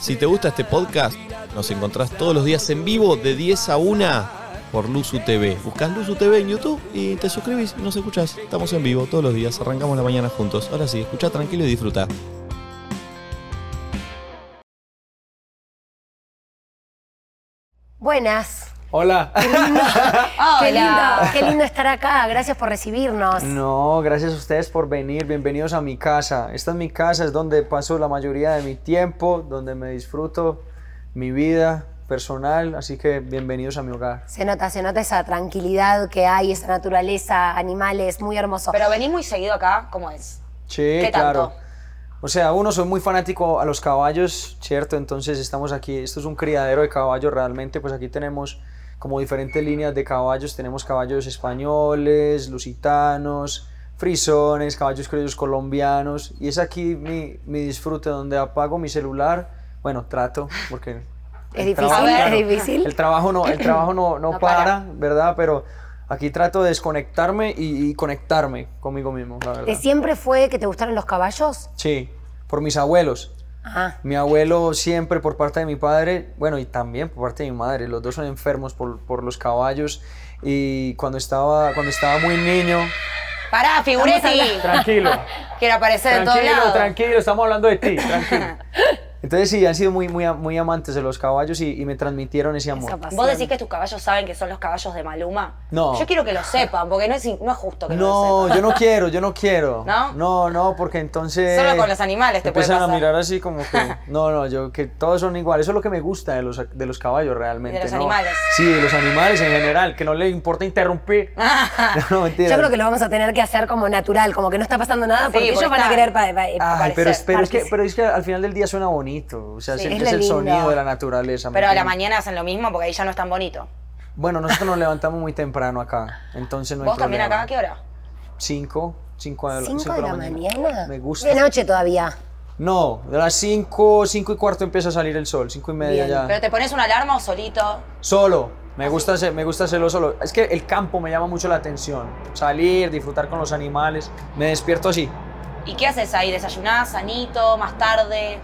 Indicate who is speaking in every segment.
Speaker 1: Si te gusta este podcast, nos encontrás todos los días en vivo de 10 a 1 por Luzu TV. Buscás Luzu TV en YouTube y te suscribís y nos escuchás. Estamos en vivo todos los días, arrancamos la mañana juntos. Ahora sí, escucha tranquilo y disfruta.
Speaker 2: Buenas.
Speaker 3: Hola.
Speaker 2: Qué lindo, qué lindo estar acá. Gracias por recibirnos.
Speaker 3: No, gracias a ustedes por venir. Bienvenidos a mi casa. Esta es mi casa, es donde paso la mayoría de mi tiempo, donde me disfruto mi vida personal. Así que bienvenidos a mi hogar.
Speaker 2: Se nota, se nota esa tranquilidad que hay, esa naturaleza, animales, muy hermoso.
Speaker 4: Pero venís muy seguido acá, ¿cómo es?
Speaker 3: Sí,
Speaker 4: ¿Qué
Speaker 3: claro.
Speaker 4: tanto?
Speaker 3: O sea, uno soy muy fanático a los caballos, ¿cierto? Entonces estamos aquí, esto es un criadero de caballos realmente, pues aquí tenemos como diferentes líneas de caballos, tenemos caballos españoles, lusitanos, frisones, caballos criollos colombianos, y es aquí mi, mi disfrute donde apago mi celular, bueno, trato, porque...
Speaker 2: Es
Speaker 3: el
Speaker 2: difícil,
Speaker 3: trabajo-
Speaker 4: es
Speaker 2: difícil.
Speaker 3: El trabajo no, el trabajo no, no,
Speaker 4: No
Speaker 3: para,
Speaker 4: para.
Speaker 3: ¿verdad? Pero aquí trato de desconectarme y, y conectarme conmigo mismo, la verdad.
Speaker 2: ¿De siempre fue que te gustaron los caballos?
Speaker 3: Sí, por mis abuelos.
Speaker 2: Ah,
Speaker 3: Mi abuelo siempre por parte de mi padre, bueno, y también por parte de mi madre, los dos son enfermos por, por los caballos y cuando estaba, cuando estaba muy niño...
Speaker 4: Pará, figuretti.
Speaker 3: Tranquilo,
Speaker 4: Quiere aparecer en todos lados.
Speaker 3: tranquilo, estamos hablando de ti, tranquilo. Entonces sí, han sido muy, muy, a- muy amantes de los caballos y, y me transmitieron ese amor.
Speaker 2: esa pasión.
Speaker 4: Vos decís que tus caballos saben que son los caballos de Maluma.
Speaker 3: No.
Speaker 4: Yo quiero que lo sepan, porque no es, in- no es justo que no, lo
Speaker 3: No,
Speaker 4: sepan.
Speaker 3: yo no quiero, yo no quiero.
Speaker 4: ¿No?
Speaker 3: No, no, porque entonces...
Speaker 4: Solo con los animales te puede
Speaker 3: Empiezan a
Speaker 4: pasar.
Speaker 3: mirar así como que... No, no, yo que todos son iguales. Eso es lo que me gusta de los, de los caballos realmente.
Speaker 4: De los
Speaker 3: ¿no?
Speaker 4: animales.
Speaker 3: Sí, de los animales en general, que no le importa interrumpir. no, mentira.
Speaker 2: Yo creo que lo vamos a tener que hacer como natural, como que no está pasando nada,
Speaker 4: Sí,
Speaker 2: porque ellos
Speaker 4: porque
Speaker 2: van a
Speaker 4: está-
Speaker 2: querer pa- pa-
Speaker 3: Ay, pero, es,
Speaker 2: aparecer,
Speaker 3: pero, es que,
Speaker 2: partes.
Speaker 3: pero es que al final del día suena bonito. O sea,
Speaker 4: Sí,
Speaker 3: siempre
Speaker 2: es
Speaker 3: es,
Speaker 2: lo
Speaker 3: el
Speaker 2: lindo.
Speaker 3: sonido de la naturaleza. ¿me
Speaker 4: Pero a la
Speaker 3: entiendes?
Speaker 4: mañana hacen lo mismo porque ahí ya no es tan bonito.
Speaker 3: Bueno, nosotros nos levantamos muy temprano acá. Entonces no hay
Speaker 4: ¿Vos también
Speaker 3: problema.
Speaker 4: acá a qué hora?
Speaker 3: Cinco. Cinco de la,
Speaker 2: ¿Cinco de la mañana?
Speaker 3: Me gusta.
Speaker 2: De noche todavía.
Speaker 3: No, de las cinco, cinco y cuarto empieza a salir el sol. Cinco y media ya.
Speaker 4: ¿Pero te pones una alarma o solito?
Speaker 3: Solo. Me gusta, hacer- me gusta hacerlo solo. Es que el campo me llama mucho la atención. Salir, disfrutar con los animales. Me despierto así.
Speaker 4: ¿Y qué haces ahí? ¿Desayunás, sanito, más tarde?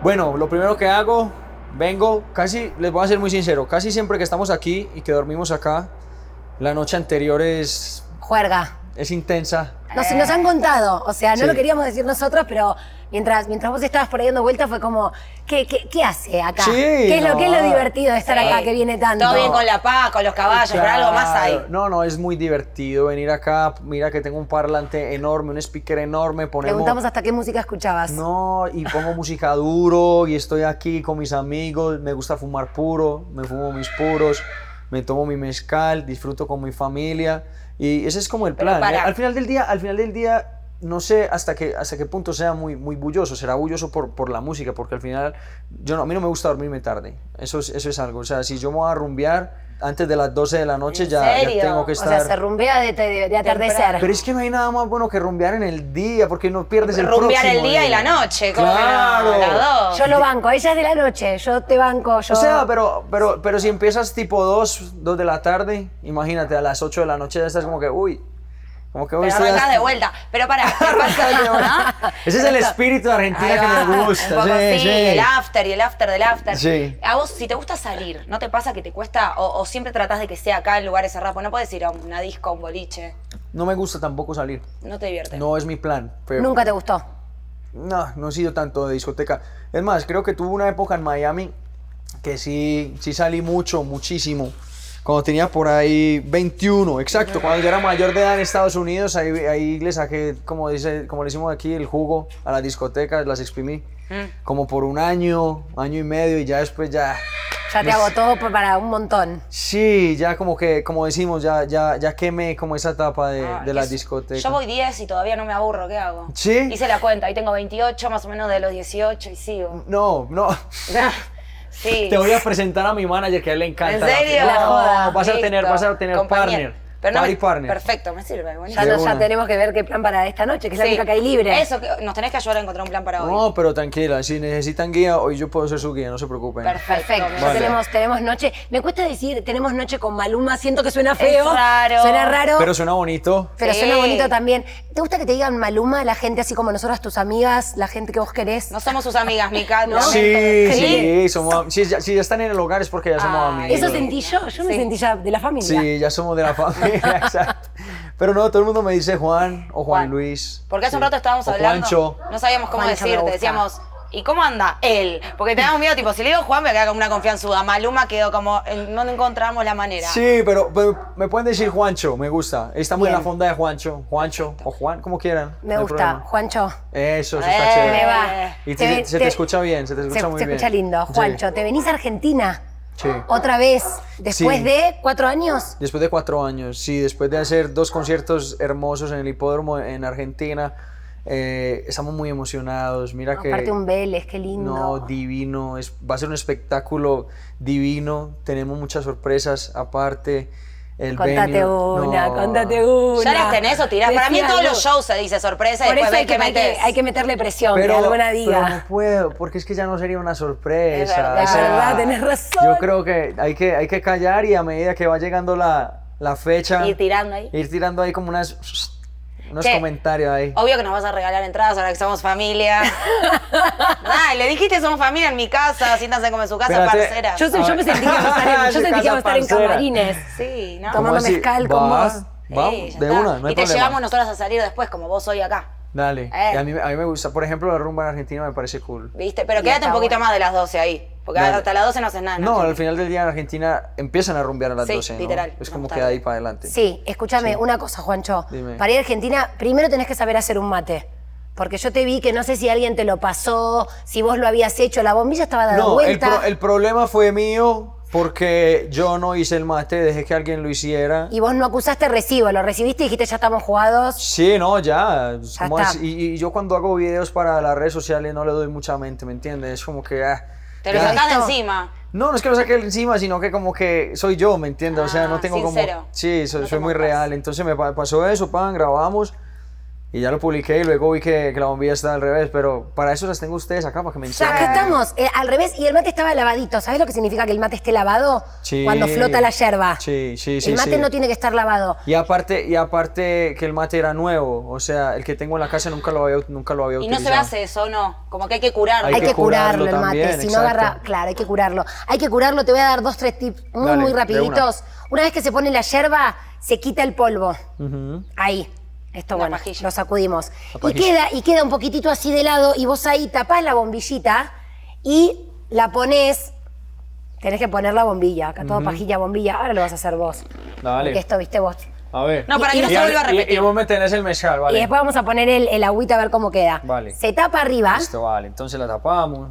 Speaker 3: Bueno, lo primero que hago, vengo, casi, les voy a ser muy sincero, casi siempre que estamos aquí y que dormimos acá, la noche anterior es,
Speaker 2: Juerga.
Speaker 3: es intensa.
Speaker 2: Nos, nos han contado, o sea, no
Speaker 3: Eh. Sí.
Speaker 2: lo queríamos decir nosotros, pero mientras, mientras vos estabas por ahí dando vueltas fue como, ¿qué, qué, qué hace acá?
Speaker 3: Sí,
Speaker 2: ¿Qué, es lo, ¿Qué es lo
Speaker 3: no.
Speaker 2: divertido de estar
Speaker 4: Sí.
Speaker 2: acá que viene tanto?
Speaker 4: Eh, Todo bien con la paz, con los caballos, pero algo más hay.
Speaker 3: Claro. No, no, es muy divertido venir acá. Mira que tengo un parlante enorme, un speaker enorme. Ponemos,
Speaker 2: Preguntamos hasta qué música escuchabas.
Speaker 3: No, y pongo música duro y estoy aquí con mis amigos, me gusta fumar puro, me fumo mis puros, me tomo mi mezcal, disfruto con mi familia y ese es como el
Speaker 4: Pero
Speaker 3: plan. ¿eh?
Speaker 4: para.
Speaker 3: Al final del día, al final del día no sé hasta qué, hasta qué punto sea muy, muy bulloso, será bulloso por, por la música, porque al final yo no, a mí no me gusta dormirme tarde, eso es, eso es algo, o sea, si yo me voy a rumbear antes de las 12 de la noche
Speaker 4: ¿En
Speaker 3: ya, ya
Speaker 4: serio?
Speaker 3: tengo que
Speaker 2: o
Speaker 3: estar...
Speaker 2: sea, se rumbea de, de- de atardecer.
Speaker 3: Pero es que no hay nada más bueno que rumbear en el día, porque no pierdes el
Speaker 4: Rumbear el
Speaker 3: próximo
Speaker 4: día y la noche, como que no,
Speaker 3: claro.
Speaker 4: las dos.
Speaker 2: Yo lo banco, ella es de la noche, yo te banco, yo...
Speaker 3: O
Speaker 4: Ah.
Speaker 3: sea, pero, pero, pero si empiezas tipo 2, 2 de la tarde, imagínate, a las 8 de la noche ya estás como que, uy, como que uy,
Speaker 4: Pero
Speaker 3: estoy
Speaker 4: arrancás
Speaker 3: hasta-
Speaker 4: de vuelta. Pero pará, ¿qué pasa? ¿Ah?
Speaker 3: Ese es el espíritu argentino
Speaker 4: Ahí va.
Speaker 3: que me
Speaker 4: Un
Speaker 3: gusta.
Speaker 4: poco
Speaker 3: sí,
Speaker 4: sí,
Speaker 3: sí.
Speaker 4: el after y el after del after.
Speaker 3: Sí.
Speaker 4: A vos, si te gusta salir, ¿no te pasa que te cuesta o, o siempre tratás de que sea acá en lugares cerrados? Porque No puedes ir a una disco, a un boliche.
Speaker 3: No me gusta tampoco salir.
Speaker 4: No te divierte.
Speaker 3: No es mi plan. pero-
Speaker 2: Nunca te gustó.
Speaker 3: No, no he sido tanto de discoteca. Es más, creo que tuve una época en Miami que sí, sí salí mucho, muchísimo. Cuando tenía por ahí 21, exacto. Cuando yo era mayor de edad en Estados Unidos, ahí, ahí le saqué, como, dice, como le hicimos aquí, el jugo a las discotecas, las exprimí.
Speaker 4: Mm.
Speaker 3: Como por un año, año y medio, y ya después ya...
Speaker 2: Ya te agotó por- para un montón.
Speaker 3: Sí, ya como que, como decimos, ya, ya, ya quemé como esa etapa de,
Speaker 4: Ah,
Speaker 3: de
Speaker 4: es-
Speaker 3: las discotecas.
Speaker 4: Yo voy 10 y todavía no me aburro, ¿qué hago?
Speaker 3: ¿Sí?
Speaker 4: Hice la cuenta, ahí tengo 28, más o menos de los 18 y sigo.
Speaker 3: No, no.
Speaker 4: sí.
Speaker 3: Te voy a presentar a mi manager que a él le encanta.
Speaker 4: ¿En serio?
Speaker 3: No,
Speaker 4: La joda.
Speaker 3: vas a tener,
Speaker 4: Listo.
Speaker 3: vas a tener
Speaker 4: Compañía.
Speaker 3: partner.
Speaker 4: Pero no
Speaker 3: Party
Speaker 4: me-
Speaker 3: partner.
Speaker 4: Perfecto, me sirve. buenísimo.
Speaker 2: Ya, no-
Speaker 3: De
Speaker 2: ya
Speaker 3: una.
Speaker 2: tenemos que ver qué plan para esta noche, que es la
Speaker 4: Sí.
Speaker 2: única que hay libre.
Speaker 4: Eso, que- nos tenés que ayudar a encontrar un plan para hoy.
Speaker 3: No, pero tranquila, si necesitan guía, hoy yo puedo ser su guía, no se preocupen.
Speaker 2: Perfecto.
Speaker 4: me
Speaker 2: Ya
Speaker 3: Vale.
Speaker 2: Tenemos, tenemos noche. Me cuesta decir, tenemos noche con Maluma. Siento que suena feo.
Speaker 4: Es raro.
Speaker 2: Suena raro.
Speaker 3: Pero suena bonito.
Speaker 2: pero
Speaker 4: Sí.
Speaker 2: suena bonito también. ¿Te gusta que te digan Maluma la gente así como nosotras, tus amigas, la gente que vos querés?
Speaker 4: No somos sus amigas, Mica.
Speaker 2: No.
Speaker 3: Sí,
Speaker 2: Sí.
Speaker 3: sí, somos, am- si, ya, si ya están en el hogar es porque ya somos
Speaker 4: Ay.
Speaker 3: amigos.
Speaker 2: Eso sentí yo. Yo me
Speaker 4: Sí.
Speaker 2: sentí ya de la familia.
Speaker 3: Sí, ya somos de la familia, exacto. Pero no, todo el mundo me dice Juan o Juan,
Speaker 4: Juan.
Speaker 3: Luis.
Speaker 4: Porque hace un
Speaker 3: sí.
Speaker 4: rato estábamos
Speaker 3: O
Speaker 4: hablando.
Speaker 3: Juancho.
Speaker 4: No sabíamos cómo
Speaker 2: Juancho me
Speaker 4: decirte.
Speaker 2: gusta.
Speaker 4: Decíamos, ¿y cómo anda él? Porque teníamos miedo, tipo, si le digo Juan, me queda como una confianzuda. Maluma quedó como, eh, no encontramos la manera.
Speaker 3: Sí, pero, pero me pueden decir Juancho, me gusta. Estamos en
Speaker 2: Bien.
Speaker 3: la fonda de Juancho. Juancho o Juan, como quieran.
Speaker 2: Me
Speaker 3: no hay
Speaker 2: gusta,
Speaker 3: problema.
Speaker 2: Juancho.
Speaker 3: Eso, eso
Speaker 4: Eh,
Speaker 3: está
Speaker 2: Me
Speaker 3: chévere.
Speaker 2: va.
Speaker 3: Y te- se te escucha bien, se te escucha muy
Speaker 2: se
Speaker 3: bien.
Speaker 2: escucha lindo.
Speaker 3: Sí.
Speaker 2: Juancho, ¿te venís a Argentina?
Speaker 3: Sí.
Speaker 2: ¿Otra vez? ¿Después
Speaker 3: Sí.
Speaker 2: de cuatro años?
Speaker 3: Después de cuatro años, sí, después de hacer dos conciertos hermosos en el hipódromo en Argentina, eh, estamos muy emocionados. Mira que.
Speaker 2: Aparte un Vélez, qué lindo.
Speaker 3: No, divino. es- va a ser un espectáculo divino. Tenemos muchas sorpresas aparte. El
Speaker 2: Contate
Speaker 3: venue-
Speaker 2: una,
Speaker 3: no.
Speaker 2: contate una.
Speaker 4: ¿Ya las tenés o tirás? Para mí en
Speaker 2: Decía
Speaker 4: todos los
Speaker 2: algo.
Speaker 4: shows se dice sorpresa y
Speaker 2: Por
Speaker 4: después
Speaker 2: eso
Speaker 4: ves
Speaker 2: hay que,
Speaker 4: pues, que
Speaker 2: hay, que,
Speaker 4: metes.
Speaker 2: hay que meterle presión,
Speaker 3: Pero,
Speaker 2: que alguna
Speaker 3: pero no
Speaker 2: diga.
Speaker 3: puedo, porque es que ya no sería una sorpresa.
Speaker 4: Es verdad.
Speaker 3: o sea,
Speaker 4: Es verdad,
Speaker 2: tenés razón.
Speaker 3: Yo creo que hay que, hay que callar y a medida que va llegando la, la fecha,
Speaker 4: Ir tirando ahí.
Speaker 3: ir tirando ahí como unas, unos
Speaker 4: Che,
Speaker 3: comentarios ahí.
Speaker 4: Obvio que nos vas a regalar entradas ahora que somos familia. Ay, le dijiste somos familia en mi casa, siéntanse como en su casa,
Speaker 3: Espérate.
Speaker 4: parcera.
Speaker 2: Yo, sé- yo me sentí que iba a estar en, yo
Speaker 3: Su
Speaker 2: sentí que iba a
Speaker 3: casa
Speaker 2: estar en
Speaker 3: parcera.
Speaker 2: camarines.
Speaker 4: Sí,
Speaker 2: Toma-
Speaker 3: ¿Cómo
Speaker 4: ¿no?
Speaker 2: tomando
Speaker 3: así?
Speaker 2: mezcal con
Speaker 3: Va,
Speaker 2: vos.
Speaker 3: va,
Speaker 4: Sí, ya
Speaker 3: de
Speaker 4: está.
Speaker 3: una, no hay
Speaker 4: y te
Speaker 3: problema.
Speaker 4: llevamos nosotras a salir después, como vos hoy acá.
Speaker 3: Dale.
Speaker 4: Eh.
Speaker 3: Y a, mí, a mí me gusta, por ejemplo, la rumba en Argentina me parece cool.
Speaker 4: ¿Viste? Pero
Speaker 2: Y
Speaker 4: quédate
Speaker 2: está
Speaker 4: un poquito
Speaker 2: bueno.
Speaker 4: más de las 12 ahí. Porque
Speaker 3: Dale.
Speaker 4: hasta las 12 no haces nada.
Speaker 3: No, al
Speaker 4: Nacho.
Speaker 3: final del día en Argentina empiezan a rumbear a las
Speaker 4: Sí,
Speaker 3: 12. ¿no?
Speaker 4: literal,
Speaker 3: Es
Speaker 4: no,
Speaker 3: como que
Speaker 4: tarde.
Speaker 3: de ahí para adelante.
Speaker 2: Sí, escúchame una cosa, Juancho.
Speaker 3: Dime.
Speaker 2: Para ir a Argentina, primero tenés que saber hacer un mate. Porque yo te vi que no sé si alguien te lo pasó, si vos lo habías hecho, la bombilla estaba dada
Speaker 3: No, el,
Speaker 2: vuelta.
Speaker 3: pro- el problema fue mío porque yo no hice el mate, dejé que alguien lo hiciera.
Speaker 2: Y vos no acusaste recibo, lo recibiste y dijiste ya estamos jugados.
Speaker 3: Sí, no, ya. es
Speaker 2: Ya
Speaker 3: como
Speaker 2: está.
Speaker 3: es- y, y yo cuando hago videos para las redes sociales no le doy mucha mente, ¿me entiendes? Es como que... ah,
Speaker 4: Te lo
Speaker 3: ya.
Speaker 4: sacás de
Speaker 2: Esto-
Speaker 4: encima.
Speaker 3: No, no es que lo saque encima, sino que como que soy yo, ¿me entiendes? o sea,
Speaker 4: Ah,
Speaker 3: no tengo
Speaker 4: sincero.
Speaker 3: como... Sí, soy,
Speaker 4: No te
Speaker 3: soy muy
Speaker 4: montas.
Speaker 3: real. Entonces me pa- pasó eso, pan, grabamos y ya lo publiqué y luego vi que, que la bombilla está al revés, pero para eso las tengo ustedes acá, para que me enseñen.
Speaker 2: Acá estamos, eh, al revés, y el mate estaba lavadito. ¿Sabés lo que significa que el mate esté lavado?
Speaker 3: Sí.
Speaker 2: Cuando flota la yerba.
Speaker 3: Sí, sí, sí,
Speaker 2: El mate
Speaker 3: sí.
Speaker 2: no tiene que estar lavado.
Speaker 3: Y aparte, y aparte que el mate era nuevo, o sea, el que tengo en la casa nunca lo había, nunca lo había
Speaker 4: Y no
Speaker 3: utilizado.
Speaker 4: se hace eso, ¿no? Como que hay que curar.
Speaker 2: Hay,
Speaker 3: Hay
Speaker 2: que,
Speaker 3: que
Speaker 2: curarlo, el
Speaker 3: curarlo
Speaker 2: mate.
Speaker 3: también,
Speaker 2: si no agarra,
Speaker 3: exacto.
Speaker 2: claro, hay que curarlo. Hay que curarlo. Te voy a dar dos, tres tips muy,
Speaker 3: Dale,
Speaker 2: muy
Speaker 3: de
Speaker 2: rapiditos. Una. vez que se pone la yerba, se quita el polvo.
Speaker 3: Ujú.
Speaker 2: Ahí. Esto,
Speaker 4: Una
Speaker 2: bueno,
Speaker 4: pajilla.
Speaker 2: lo sacudimos.
Speaker 3: La
Speaker 2: Y
Speaker 3: pajilla.
Speaker 2: queda, y queda un poquitito así de lado y vos ahí tapás la bombillita y la ponés... Tenés que poner la bombilla. Acá todo pajilla, bombilla. Ahora lo vas a hacer vos.
Speaker 3: Dale.
Speaker 2: Porque esto, viste, vos.
Speaker 3: A ver.
Speaker 4: No, para que no
Speaker 3: Y-
Speaker 4: se vuelva a
Speaker 3: y-
Speaker 4: repetir.
Speaker 3: Y, vos me tenés el mezcal, vale.
Speaker 2: Y después vamos a poner el, el agüita a ver cómo queda.
Speaker 3: Vale.
Speaker 2: Se tapa arriba,
Speaker 3: Listo, vale. Entonces la tapamos.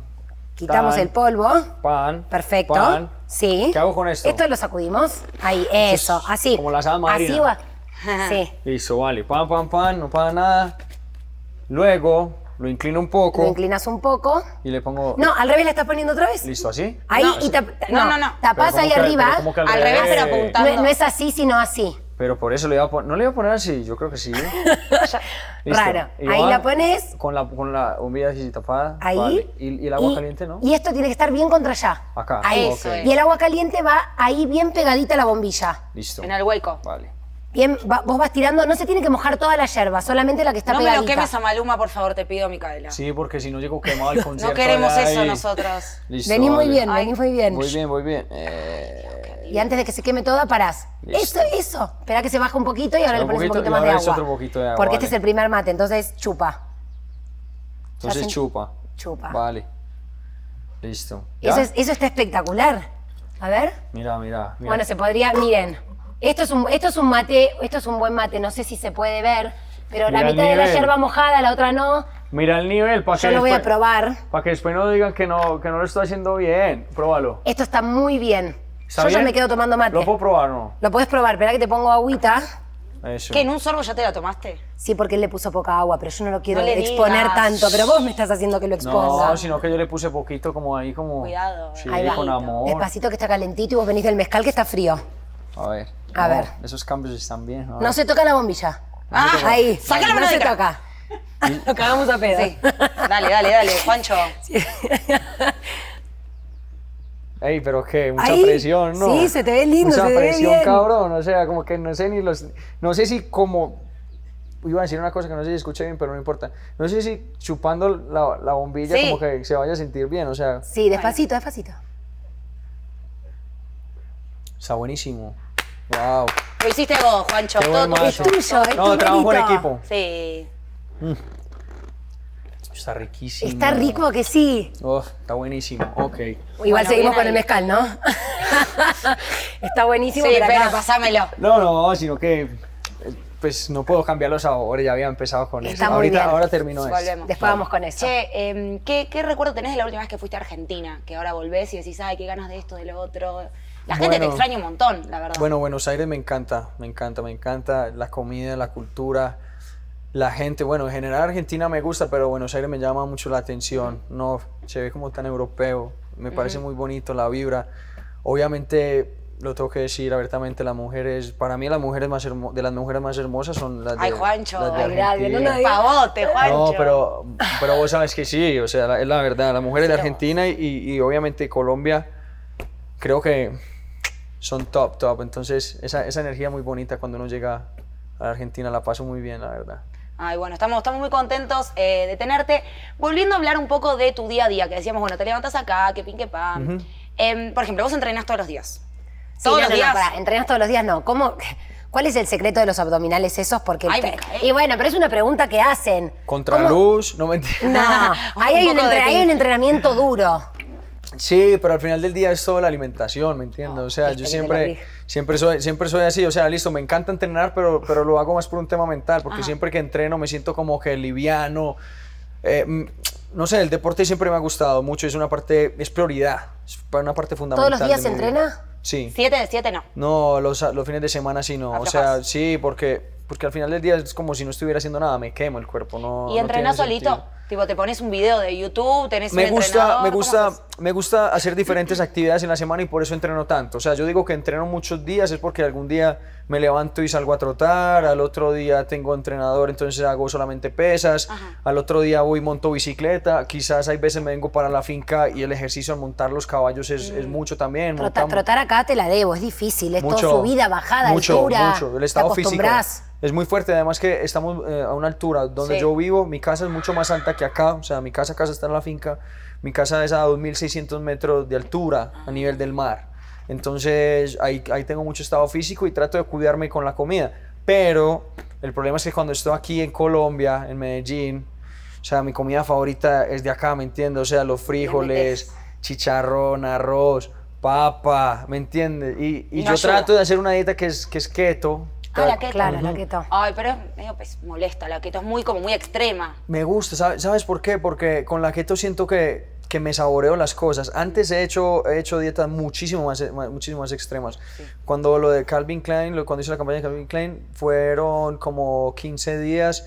Speaker 2: quitamos
Speaker 3: Tan,
Speaker 2: el polvo.
Speaker 3: Pan.
Speaker 2: Perfecto.
Speaker 3: Pan.
Speaker 2: Sí.
Speaker 3: ¿Qué hago con esto?
Speaker 2: Esto lo sacudimos. Ahí, eso.
Speaker 3: es
Speaker 2: Así.
Speaker 3: como las hadas madrinas.
Speaker 2: Así va. Sí.
Speaker 3: Listo, vale. Pan, pan, pan. No pasa nada. Luego lo inclino un poco
Speaker 2: Lo inclinas un poco.
Speaker 3: y le pongo.
Speaker 2: No, al revés la estás poniendo otra vez.
Speaker 3: Listo, así.
Speaker 2: Ahí
Speaker 4: No.
Speaker 2: y tap-
Speaker 4: No, no, no.
Speaker 3: Pero
Speaker 2: Tapás
Speaker 3: ¿cómo
Speaker 2: ahí
Speaker 3: que- pero
Speaker 2: arriba.
Speaker 3: cómo que
Speaker 4: Al revés, pero apunta.
Speaker 2: No, no es así, sino así.
Speaker 3: Pero por eso le iba a poner. No le iba a poner así, yo creo que sí. Listo.
Speaker 2: Raro.
Speaker 3: Y
Speaker 2: Ahí
Speaker 3: va
Speaker 2: la pones.
Speaker 3: Con la, con la bombilla así tapada.
Speaker 2: Ahí.
Speaker 3: vale. Y, y el agua caliente, ¿no?
Speaker 2: Y esto tiene que estar bien contra allá.
Speaker 3: Acá.
Speaker 2: Ahí.
Speaker 4: Eso es.
Speaker 2: Y el agua caliente va ahí bien pegadita a la bombilla.
Speaker 3: Listo.
Speaker 4: En el hueco.
Speaker 3: Vale.
Speaker 2: Bien, va- vos vas tirando, no se tiene que mojar toda la yerba, solamente la que está
Speaker 4: no me
Speaker 2: pegadita.
Speaker 4: lo quemes a Maluma, por favor, te pido, Micaela.
Speaker 3: Sí, porque si no llego quemado al concierto.
Speaker 4: no queremos
Speaker 3: de
Speaker 4: eso
Speaker 3: ahí.
Speaker 4: nosotros.
Speaker 3: Listo,
Speaker 2: Vení muy
Speaker 3: vale.
Speaker 2: bien,
Speaker 4: Ay.
Speaker 2: vení muy bien.
Speaker 3: Muy bien, muy bien. Eh,
Speaker 2: Y antes de que se queme toda, parás.
Speaker 3: Listo.
Speaker 2: Eso, eso. Esperá que se baje un poquito y ahora
Speaker 3: Un
Speaker 2: le pones un
Speaker 3: poquito,
Speaker 2: poquito
Speaker 3: y
Speaker 2: más de
Speaker 3: ahora es
Speaker 2: agua.
Speaker 3: otro poquito de agua,
Speaker 2: Porque este es
Speaker 3: vale.
Speaker 2: el primer mate, entonces chupa.
Speaker 3: entonces
Speaker 2: hacen-
Speaker 3: chupa.
Speaker 2: Chupa.
Speaker 3: Vale. Listo. ¿Ya?
Speaker 2: Eso, es- eso está espectacular. A ver.
Speaker 3: Mira, mira. mira.
Speaker 2: Bueno, se podría, miren. Esto es, un, esto es un mate, esto es un buen mate, no sé si se puede ver, pero
Speaker 3: Mira
Speaker 2: la
Speaker 3: el
Speaker 2: mitad de la
Speaker 3: nivel.
Speaker 2: yerba mojada, la otra no.
Speaker 3: Mira el nivel, para
Speaker 2: Yo lo voy a probar.
Speaker 3: Para que después no digan que no, que no lo estoy haciendo bien. Pruébalo.
Speaker 2: Esto está muy bien.
Speaker 3: ¿Está
Speaker 2: Yo ya
Speaker 3: bien?
Speaker 2: me quedo tomando mate.
Speaker 3: ¿Lo puedo probar o
Speaker 2: Lo podés probar, esperá que te pongo agüita.
Speaker 3: no? Eso.
Speaker 4: ¿Que en un sorbo ya te la tomaste?
Speaker 2: Sí, porque él le puso poca agua, pero yo no lo quiero
Speaker 4: No le
Speaker 2: exponer
Speaker 4: digas.
Speaker 2: tanto. Pero vos me estás haciendo que lo exponga.
Speaker 3: No, sino que yo le puse poquito como ahí, como...
Speaker 4: Cuidado,
Speaker 3: Sí,
Speaker 2: Ahí va.
Speaker 3: con amor.
Speaker 2: Despacito que está calentito y vos venís del mezcal que está frío.
Speaker 3: A ver.
Speaker 2: A
Speaker 3: No,
Speaker 2: ver.
Speaker 3: Esos cambios están bien. ¿no?
Speaker 2: No se toca la bombilla.
Speaker 4: Ah,
Speaker 2: ahí.
Speaker 4: saca la
Speaker 2: no
Speaker 4: mano de
Speaker 2: se
Speaker 4: acá.
Speaker 2: toca. Lo cagamos a pedo.
Speaker 4: Sí. Dale, dale, dale, Juancho.
Speaker 3: Ey, pero qué, mucha
Speaker 2: Ahí,
Speaker 3: presión, ¿no?
Speaker 2: sí, se te ve lindo, se
Speaker 3: Mucha
Speaker 2: te ve
Speaker 3: presión,
Speaker 2: bien.
Speaker 3: cabrón. O sea, como que no sé ni los. No sé si como. Iba a decir una cosa que no sé si escuché bien, pero no importa. No sé si chupando la, la bombilla
Speaker 4: Sí.
Speaker 3: como que se vaya a sentir bien, o sea,
Speaker 2: Sí, despacito, despacito.
Speaker 3: está buenísimo. Wow.
Speaker 4: Lo hiciste vos, Juancho.
Speaker 3: Qué
Speaker 4: Todo
Speaker 3: buen mazo.
Speaker 4: tuyo.
Speaker 2: tuyo, es
Speaker 3: No,
Speaker 2: tu
Speaker 3: trabajo en
Speaker 2: mérito.
Speaker 3: equipo.
Speaker 4: Sí.
Speaker 3: Está riquísimo.
Speaker 2: Está rico que sí.
Speaker 3: Uf, está buenísimo. Ok.
Speaker 2: Igual seguimos
Speaker 4: Bueno, bien
Speaker 2: con
Speaker 4: ahí.
Speaker 2: el mezcal, ¿no? Está
Speaker 4: Sí,
Speaker 2: buenísimo. pero acá-
Speaker 4: pero pasámelo.
Speaker 3: No, no, sino que. eh, Pues no puedo cambiar los sabores, ya había empezado con
Speaker 2: Está
Speaker 3: eso.
Speaker 2: muy
Speaker 3: Ahorita,
Speaker 2: bien.
Speaker 3: ahora termino esto.
Speaker 4: Volvemos.
Speaker 2: Después vamos con eso.
Speaker 4: Che, em, ¿qué, qué recuerdo tenés de la última vez que fuiste a Argentina? Que ahora volvés y decís, ay, qué ganas de esto, de lo otro. La gente te
Speaker 3: Bueno.
Speaker 4: extraña un montón, la verdad.
Speaker 3: Bueno, Buenos Aires me encanta, me encanta, me encanta la comida, la cultura, la gente. Bueno, en general Argentina me gusta, pero Buenos Aires me llama mucho la atención. No, se ve como tan europeo, me parece muy bonito la vibra. Obviamente, lo tengo que decir abiertamente, las mujeres, para mí las mujeres más hermo- de las mujeres más hermosas son las de
Speaker 4: Ay, Juancho,
Speaker 3: las de
Speaker 4: ay, gracias,
Speaker 2: no
Speaker 3: Argentina.
Speaker 2: nadie-
Speaker 4: Pavote, Juancho.
Speaker 3: No, pero, pero vos sabes que sí, o sea, la- es la verdad. Las mujeres de Argentina y, y obviamente Colombia, creo que son top, top. Entonces, esa, esa energía muy bonita cuando uno llega a la Argentina, la paso muy bien, la verdad.
Speaker 4: Ay, bueno, estamos, estamos muy contentos eh, de tenerte. Volviendo a hablar un poco de tu día a día, que decíamos, bueno, te levantas acá, que pin, que pan.
Speaker 3: Ujú.
Speaker 4: Em, por ejemplo, vos entrenás todos los días.
Speaker 2: Sí,
Speaker 4: Todos
Speaker 2: no, no,
Speaker 4: los
Speaker 2: no,
Speaker 4: días.
Speaker 2: pará, ¿Entrenas todos los días? No. ¿Cómo? ¿Cuál es el secreto de los abdominales esos? Porque
Speaker 4: Ay,
Speaker 2: te-
Speaker 4: me cae.
Speaker 2: y bueno, pero es una pregunta que hacen. ¿Cómo-
Speaker 3: Contraluz, no mentira.
Speaker 2: No, ahí
Speaker 4: Un
Speaker 2: hay un,
Speaker 4: poco de
Speaker 2: entre- ahí
Speaker 4: ti.
Speaker 2: hay un entrenamiento duro.
Speaker 3: Sí, pero al final del día es toda la alimentación, ¿me entiendes? O sea,
Speaker 2: viste que te
Speaker 3: yo
Speaker 2: lo
Speaker 3: siempre,
Speaker 2: dije.
Speaker 3: siempre, soy, siempre soy así, o sea, listo, me encanta entrenar, pero, pero lo hago más por un tema mental, porque siempre que entreno me siento como que liviano. eh, mm, no sé, el deporte siempre me ha gustado mucho, es una parte, es prioridad, es pa- una parte fundamental.
Speaker 2: los días
Speaker 3: de mi
Speaker 2: se
Speaker 3: vida.
Speaker 2: entrena?
Speaker 3: Sí.
Speaker 4: Siete de siete no.
Speaker 3: No, los, los fines de semana sí no, o sea,
Speaker 4: Aflojas.
Speaker 3: sí, porque, porque al final del día es como si no estuviera haciendo nada, me quemo el cuerpo, no.
Speaker 4: ¿Y
Speaker 3: no
Speaker 4: entrenás
Speaker 3: tiene
Speaker 4: solito?
Speaker 3: sentido
Speaker 4: Tipo, te pones un video de YouTube, tenés
Speaker 3: me
Speaker 4: un
Speaker 3: gusta, me
Speaker 4: entrenador, ¿cómo
Speaker 3: gusta,
Speaker 4: haces?
Speaker 3: me gusta hacer diferentes actividades en la semana y por eso entreno tanto. O sea, yo digo que entreno muchos días es porque algún día me levanto y salgo a trotar, al otro día tengo entrenador, entonces hago solamente pesas,
Speaker 4: Ajá.
Speaker 3: al otro día voy y monto bicicleta, quizás hay veces me vengo para la finca y el ejercicio al montar los caballos es,
Speaker 4: Mm.
Speaker 3: es mucho también.
Speaker 2: Trota-
Speaker 3: montamos-
Speaker 2: trotar acá te la debo, es difícil, es todo subida, bajada,
Speaker 3: mucho,
Speaker 2: altura.
Speaker 3: Mucho, el
Speaker 2: te
Speaker 3: estado físico.
Speaker 2: acostumbrás.
Speaker 3: Es muy fuerte, además que estamos eh, a una altura donde
Speaker 4: Sí.
Speaker 3: yo vivo, mi casa es mucho más alta que acá, o sea, mi casa, casa está en la finca, mi casa es a 2.600 metros de altura a nivel del mar. Entonces ahí, ahí tengo mucho estado físico y trato de cuidarme con la comida. Pero el problema es que cuando estoy aquí en Colombia, en Medellín, o sea, mi comida favorita es de acá, ¿me entiendes? O sea, los frijoles, chicharrón, arroz, papa, ¿me entiendes? Y, y
Speaker 4: Y no
Speaker 3: yo
Speaker 4: ayuda.
Speaker 3: trato de hacer una dieta que es, que es keto.
Speaker 4: Ah, la
Speaker 3: Tra-
Speaker 4: keto.
Speaker 2: Claro, la keto.
Speaker 4: Ay, pero es medio pues, molesta la keto, es muy como muy extrema.
Speaker 3: Me gusta, ¿sabes, ¿sabes por qué? Porque con la keto siento que, que me saboreo las cosas. Antes he hecho, he hecho dietas muchísimo más, más- muchísimo más extremas. Cuando lo de Calvin Klein, lo, cuando hice la campaña de Calvin Klein, fueron como 15 días.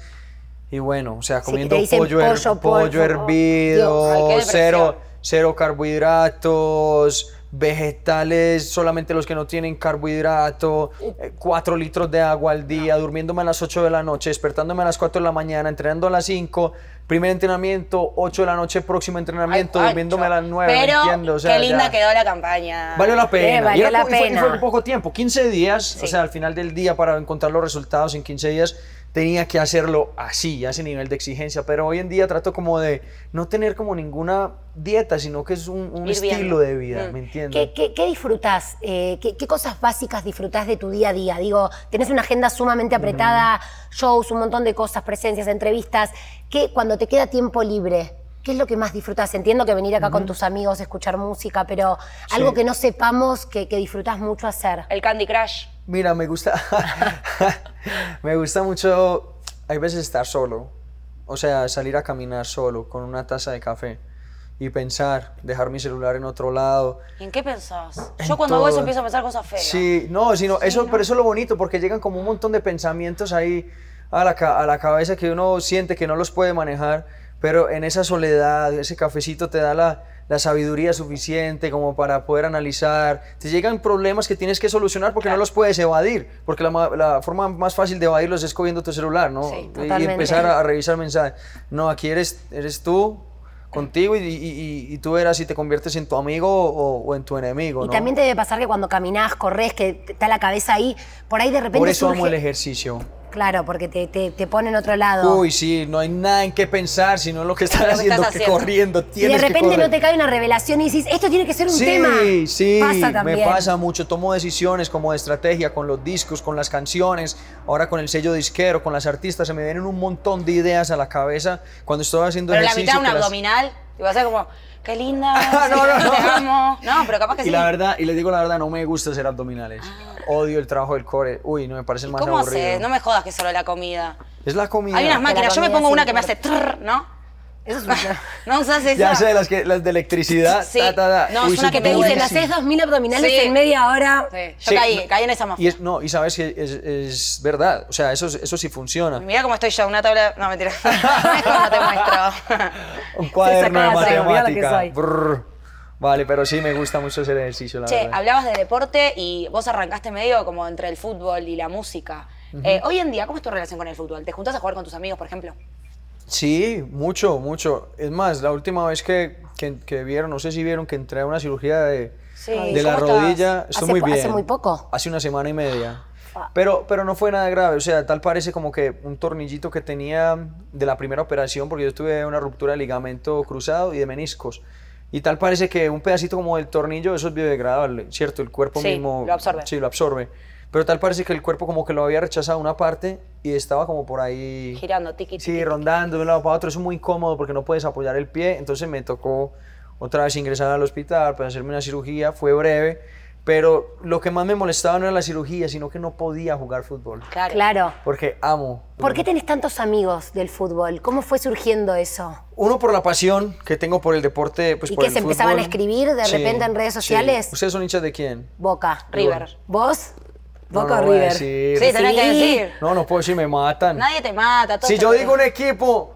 Speaker 3: Y bueno, o sea,
Speaker 2: que te
Speaker 3: comiendo
Speaker 2: dicen
Speaker 3: pollo, her-
Speaker 2: pollo,
Speaker 3: pollo
Speaker 2: pollo,
Speaker 3: hervido,
Speaker 4: Dios. Ay, qué
Speaker 3: cero,
Speaker 4: depresión.
Speaker 3: cero carbohidratos, vegetales, solamente los que no tienen carbohidrato, 4 litros de agua al día, durmiéndome a las 8 de la noche, despertándome a las 4 de la mañana, entrenando a las 5, primer entrenamiento, 8 de la noche, próximo entrenamiento,
Speaker 4: Ay, Juancho.
Speaker 3: durmiéndome a las 9,
Speaker 4: Pero
Speaker 3: entiendo? O sea,
Speaker 4: qué linda
Speaker 3: ya.
Speaker 4: quedó la campaña.
Speaker 3: Valió la pena.
Speaker 2: Eh,
Speaker 3: Y
Speaker 2: valió
Speaker 3: era
Speaker 2: la
Speaker 3: po- y fue- y
Speaker 2: pena.
Speaker 3: fue por poco tiempo, 15 días.
Speaker 4: Sí.
Speaker 3: O sea, al final del día, para encontrar los resultados en 15 días, tenía que hacerlo así, a ese nivel de exigencia. Pero hoy en día trato como de no tener como ninguna dieta, sino que es un, un
Speaker 4: Ir viendo.
Speaker 3: estilo de vida,
Speaker 4: Mm.
Speaker 3: ¿me entiendes?
Speaker 2: ¿Qué, qué, qué disfrutás? Eh, qué, qué cosas básicas disfrutás de tu día a día? Digo, tenés una agenda sumamente apretada, shows, un montón de cosas, presencias, entrevistas. ¿Qué, cuando te queda tiempo libre, qué es lo que más disfrutas? Entiendo que venir acá con tus amigos, escuchar música, pero algo
Speaker 3: Sí.
Speaker 2: que no sepamos que, que disfrutás mucho hacer.
Speaker 4: El Candy Crush.
Speaker 3: Mira, me gusta. me gusta mucho. Hay veces estar solo. O sea, salir a caminar solo con una taza de café y pensar, dejar mi celular en otro lado.
Speaker 4: ¿En qué pensás? Yo
Speaker 3: En
Speaker 4: cuando hago eso
Speaker 3: todo.
Speaker 4: empiezo a pensar cosas feas.
Speaker 3: Sí, no, sino, eso, pero eso es lo bonito, porque llegan como un montón de pensamientos ahí a la, ca- a la cabeza que uno siente que no los puede manejar, pero en esa soledad, ese cafecito te da la, la sabiduría suficiente como para poder analizar. Te llegan problemas que tienes que solucionar porque no los puedes evadir, porque la, ma- la forma más fácil de evadirlos es cogiendo tu celular, ¿no?
Speaker 4: Sí,
Speaker 3: Y- y
Speaker 2: totalmente.
Speaker 3: empezar a, a revisar mensajes. No, aquí eres, eres tú contigo y, y- y- y tú eras y te conviertes en tu amigo o, o en tu enemigo.
Speaker 2: Y
Speaker 3: ¿no?
Speaker 2: también te debe pasar que cuando caminás, corres, que te- está la cabeza ahí, por ahí de repente
Speaker 3: Por eso
Speaker 2: surge-
Speaker 3: amo el ejercicio.
Speaker 2: Claro, porque te, te, te pone en otro lado.
Speaker 3: Uy, sí, no hay nada en qué pensar, sino lo que estás,
Speaker 4: estás
Speaker 3: haciendo, que
Speaker 4: haciendo.
Speaker 3: corriendo.
Speaker 2: y
Speaker 3: Tienes
Speaker 2: de
Speaker 3: que
Speaker 2: repente
Speaker 3: correr.
Speaker 2: no te cae una revelación y dices, esto tiene que ser un
Speaker 3: sí,
Speaker 2: tema.
Speaker 3: Sí,
Speaker 2: Pasa también.
Speaker 3: me pasa mucho. Tomo decisiones como de estrategia con los discos, con las canciones, ahora con el sello disquero, con las artistas. Se me vienen un montón de ideas a la cabeza cuando estoy haciendo
Speaker 4: Pero la
Speaker 3: ejercicio.
Speaker 4: mitad un
Speaker 3: que las-
Speaker 4: abdominal, y vas a ser como, qué linda,
Speaker 3: No, no, no.
Speaker 4: te amo. No, pero capaz que
Speaker 3: Y
Speaker 4: sí. Ah.
Speaker 3: la verdad, y les digo la verdad, no me gusta hacer abdominales. Odio el trabajo del core. Uy, no me parece el más
Speaker 4: ¿Cómo
Speaker 3: aburrido.
Speaker 4: haces? No me jodas que solo la comida.
Speaker 3: Es la comida.
Speaker 4: Hay unas máquinas, yo me
Speaker 2: comida
Speaker 4: pongo
Speaker 2: sí
Speaker 4: una que me hace
Speaker 2: importa.
Speaker 4: trrr, ¿no?
Speaker 2: Eso es un-
Speaker 4: No usas esa.
Speaker 3: Ya sé, las, que, las de electricidad.
Speaker 4: Sí.
Speaker 3: ta, ta, ta.
Speaker 4: No,
Speaker 3: Uy,
Speaker 4: es una
Speaker 3: son
Speaker 4: que te dicen,
Speaker 2: Dicen,
Speaker 3: durísimas.
Speaker 2: haces 2.000 abdominales
Speaker 4: Sí.
Speaker 2: en media hora.
Speaker 4: Sí, yo
Speaker 3: Sí,
Speaker 4: caí,
Speaker 3: no,
Speaker 4: caí en esa
Speaker 3: Y
Speaker 4: mafia.
Speaker 3: es, no, y sabes que es, es verdad. O sea, eso, eso sí funciona.
Speaker 4: Mira cómo estoy yo, una tabla. No, mentira. Mejor no te muestro.
Speaker 3: Un cuaderno de
Speaker 2: sacaba cero, mira la que
Speaker 3: matemática.
Speaker 2: soy.
Speaker 3: Brr. Vale, pero sí me gusta mucho hacer ejercicio, la
Speaker 4: Che,
Speaker 3: verdad.
Speaker 4: hablabas de deporte y vos arrancaste medio como entre el fútbol y la música. Eh, hoy en día, ¿cómo es tu relación con el fútbol? ¿Te juntas a jugar con tus amigos, por ejemplo?
Speaker 3: Sí, mucho, mucho. Es más, la última vez que, que- que vieron, no sé si vieron que entré a una cirugía de,
Speaker 4: Sí,
Speaker 3: de la
Speaker 4: ¿cómo estás?
Speaker 3: rodilla. Estoy
Speaker 2: Hace
Speaker 3: muy
Speaker 2: po-
Speaker 3: bien.
Speaker 2: hace muy poco.
Speaker 3: Hace una semana y media. Pero, pero no fue nada grave, o sea, tal parece como que un tornillito que tenía de la primera operación, porque yo tuve una ruptura de ligamento cruzado y de meniscos. Y tal parece que un pedacito como del tornillo, eso es biodegradable, ¿cierto? El cuerpo
Speaker 4: Sí,
Speaker 3: mismo.
Speaker 4: lo absorbe.
Speaker 3: Sí, lo absorbe. Pero tal parece que el cuerpo como que lo había rechazado una parte y estaba como por ahí.
Speaker 4: Girando, tiqui, tiqui,
Speaker 3: Sí,
Speaker 4: tiqui.
Speaker 3: rondando de un lado para otro. Eso es muy incómodo porque no puedes apoyar el pie. Entonces me tocó otra vez ingresar al hospital para hacerme una cirugía. Fue breve. Pero lo que más me molestaba no era la cirugía, sino que no podía jugar fútbol.
Speaker 4: Claro.
Speaker 2: Claro.
Speaker 3: Porque amo.
Speaker 2: ¿Por qué tenés tantos amigos del fútbol? ¿Cómo fue surgiendo eso?
Speaker 3: Uno por la pasión que tengo por el deporte, pues
Speaker 2: ¿Y
Speaker 3: por
Speaker 2: que
Speaker 3: el
Speaker 2: se empezaban a
Speaker 3: fútbol.
Speaker 2: escribir de repente en redes sociales?
Speaker 3: ¿Ustedes son hinchas de quién?
Speaker 2: Boca.
Speaker 4: River.
Speaker 2: ¿Vos?
Speaker 3: No
Speaker 2: Boca
Speaker 3: lo
Speaker 2: o
Speaker 3: voy a
Speaker 2: River.
Speaker 3: decir.
Speaker 4: Sí, tenés que
Speaker 2: Sí.
Speaker 4: decir.
Speaker 3: No, no puedo decir, me matan.
Speaker 4: Nadie te mata. todos
Speaker 3: si
Speaker 4: te
Speaker 3: yo
Speaker 4: quieren.
Speaker 3: digo un equipo,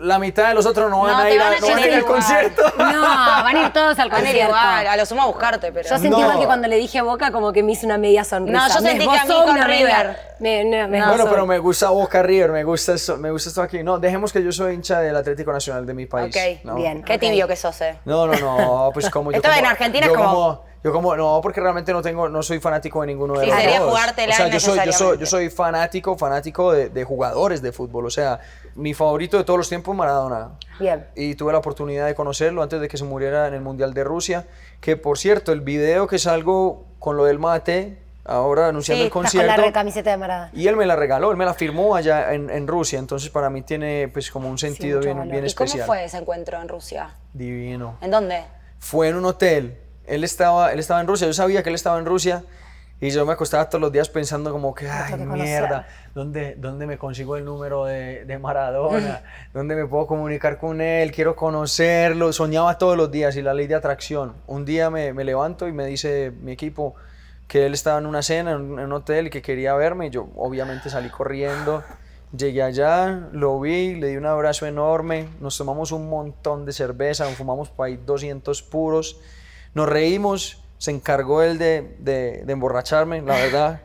Speaker 3: la mitad de los otros no van
Speaker 4: No,
Speaker 3: a
Speaker 4: te
Speaker 3: ir,
Speaker 4: van a
Speaker 3: a- no van a ir
Speaker 4: querer
Speaker 3: al
Speaker 4: igual.
Speaker 3: concierto.
Speaker 2: No, van a ir todos al
Speaker 4: Van a ir
Speaker 2: concierto.
Speaker 4: igual, a lo sumo a buscarte, pero.
Speaker 2: Yo sentí
Speaker 3: No.
Speaker 2: igual que cuando le dije Boca como que me hizo una media sonrisa.
Speaker 4: No, yo
Speaker 2: Me
Speaker 4: sentí que a mí
Speaker 2: esbozó
Speaker 4: con
Speaker 2: una media-
Speaker 4: River.
Speaker 2: me- no, me
Speaker 3: Bueno,
Speaker 2: esbozó.
Speaker 3: pero me gusta Boca River, me gusta esto, me gusta esto aquí. No, dejemos que yo soy hincha del Atlético Nacional de mi país.
Speaker 4: Ok,
Speaker 3: no.
Speaker 2: bien.
Speaker 4: Qué
Speaker 2: Ok.
Speaker 4: tibio que sos, eh.
Speaker 3: No, no, no, pues como yo
Speaker 4: Esto
Speaker 3: como,
Speaker 4: en Argentina
Speaker 3: yo
Speaker 4: es como-
Speaker 3: yo como no, porque realmente no tengo no soy fanático de ninguno de
Speaker 4: Sí,
Speaker 3: los
Speaker 4: sería
Speaker 3: dos.
Speaker 4: jugártela
Speaker 3: o sea, yo soy yo soy yo
Speaker 4: innecesariamente.
Speaker 3: soy fanático, fanático de, de jugadores de fútbol, o sea, mi favorito de todos los tiempos Maradona.
Speaker 2: Bien.
Speaker 3: Y tuve la oportunidad de conocerlo antes de que se muriera en el Mundial de Rusia, que por cierto, el video que salgo con lo del mate ahora anunciando
Speaker 4: Sí,
Speaker 3: el
Speaker 4: estás
Speaker 2: Estás con
Speaker 3: concierto.
Speaker 2: la re- camiseta de Maradona.
Speaker 3: Y él me la regaló, él me la firmó allá en, en Rusia, entonces para mí tiene pues como un sentido
Speaker 2: mucho
Speaker 3: bien,
Speaker 2: valor.
Speaker 3: bien
Speaker 4: ¿Y cómo
Speaker 3: especial.
Speaker 4: fue ese encuentro en Rusia?
Speaker 3: Divino.
Speaker 4: ¿En dónde?
Speaker 3: Fue en un hotel, él estaba, él estaba en Rusia, yo sabía que él estaba en Rusia y yo me acostaba todos los días pensando como que, ay,
Speaker 2: tengo que
Speaker 3: mierda, ¿dónde, ¿dónde me consigo el número de, de Maradona? ¿Dónde me puedo comunicar con él? Quiero conocerlo. Soñaba todos los días y la ley de atracción. Un día me, me levanto y me dice mi equipo que él estaba en una cena, en un en un hotel y que quería verme. Yo obviamente salí corriendo. Llegué allá, lo vi, le di un abrazo enorme, nos tomamos un montón de cerveza, nos fumamos por ahí 200 puros, nos reímos, se encargó él de, de- de emborracharme, la verdad,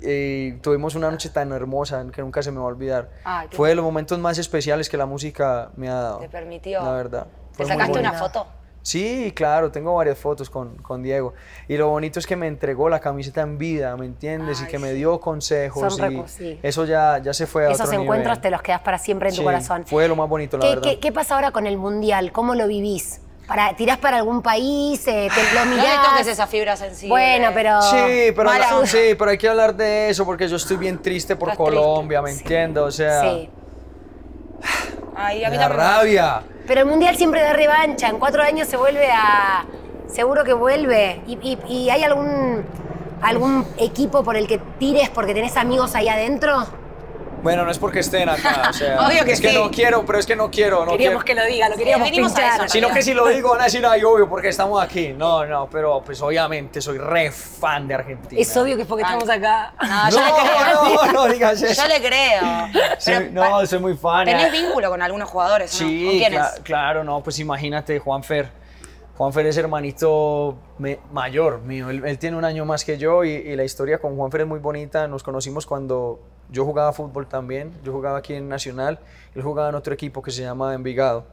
Speaker 3: y tuvimos una noche tan hermosa que nunca se me va a olvidar.
Speaker 4: Ay, qué-
Speaker 3: Fue de los momentos más especiales que la música me ha dado.
Speaker 4: Te permitió.
Speaker 3: La verdad.
Speaker 4: ¿Te
Speaker 3: Fue muy
Speaker 4: sacaste una
Speaker 3: bonito.
Speaker 4: foto?
Speaker 3: Sí, claro, tengo varias fotos con, con Diego. Y lo bonito es que me entregó la camiseta en vida, ¿me entiendes? y
Speaker 4: Ay,
Speaker 3: que me dio consejos.
Speaker 2: Son
Speaker 3: y
Speaker 2: recu- sí.
Speaker 3: Eso ya, ya se fue a
Speaker 2: Esos
Speaker 3: otro
Speaker 2: encuentros
Speaker 3: nivel.
Speaker 2: te los quedas para siempre en tu
Speaker 3: Sí,
Speaker 2: corazón.
Speaker 3: Fue lo más bonito, la
Speaker 2: ¿Qué,
Speaker 3: verdad.
Speaker 2: qué- qué pasa ahora con el mundial? ¿Cómo lo vivís? Para, ¿Tirás para algún país? Eh, ¿Te lo
Speaker 4: No
Speaker 2: mirás?
Speaker 4: le toques esa fibra sensible.
Speaker 2: Bueno, pero.
Speaker 3: Sí pero,
Speaker 4: Mala
Speaker 3: la-
Speaker 4: onda.
Speaker 3: sí, pero hay que hablar de eso porque yo estoy bien triste por
Speaker 4: Estás
Speaker 3: Colombia, ¿me
Speaker 2: Sí.
Speaker 3: entiendes? O sea,
Speaker 2: Sí.
Speaker 4: Ay, a
Speaker 3: me
Speaker 4: mí
Speaker 3: da
Speaker 4: también.
Speaker 3: rabia.
Speaker 2: Pero el mundial siempre da revancha. En cuatro años se vuelve a. Seguro que vuelve. ¿Y, y- y hay algún, algún equipo por el que tires porque tenés amigos ahí adentro?
Speaker 3: Bueno, no es porque estén acá, o sea,
Speaker 4: Obvio que
Speaker 3: es que
Speaker 4: sí.
Speaker 3: no quiero, pero es que no quiero, no quiero.
Speaker 2: lo diga, lo
Speaker 4: queríamos pinchar.
Speaker 2: Eh, A eso,
Speaker 3: Sino
Speaker 4: Sino
Speaker 3: que si lo digo van a decir, ay, obvio, porque estamos aquí. No, no, pero pues obviamente soy re fan de Argentina.
Speaker 5: Es obvio que es porque estamos acá.
Speaker 4: No, yo, Ah, le creo.
Speaker 3: No, no, no digas
Speaker 4: Yo
Speaker 3: eso.
Speaker 4: le creo.
Speaker 3: Soy-
Speaker 4: Pero pa-
Speaker 3: no, soy muy fan.
Speaker 4: ¿Tenés
Speaker 3: eh.
Speaker 4: vínculo con algunos jugadores? o ¿no? ¿Con
Speaker 3: Sí,
Speaker 4: quiénes?
Speaker 3: cla- claro, no, pues imagínate, Juanfer. Juanfer es hermanito me- mayor mío, él, él tiene un año más que yo y, y la historia con Juanfer es muy bonita, nos conocimos cuando yo jugaba fútbol también, yo jugaba aquí en Nacional, él jugaba en otro equipo que se llama Envigado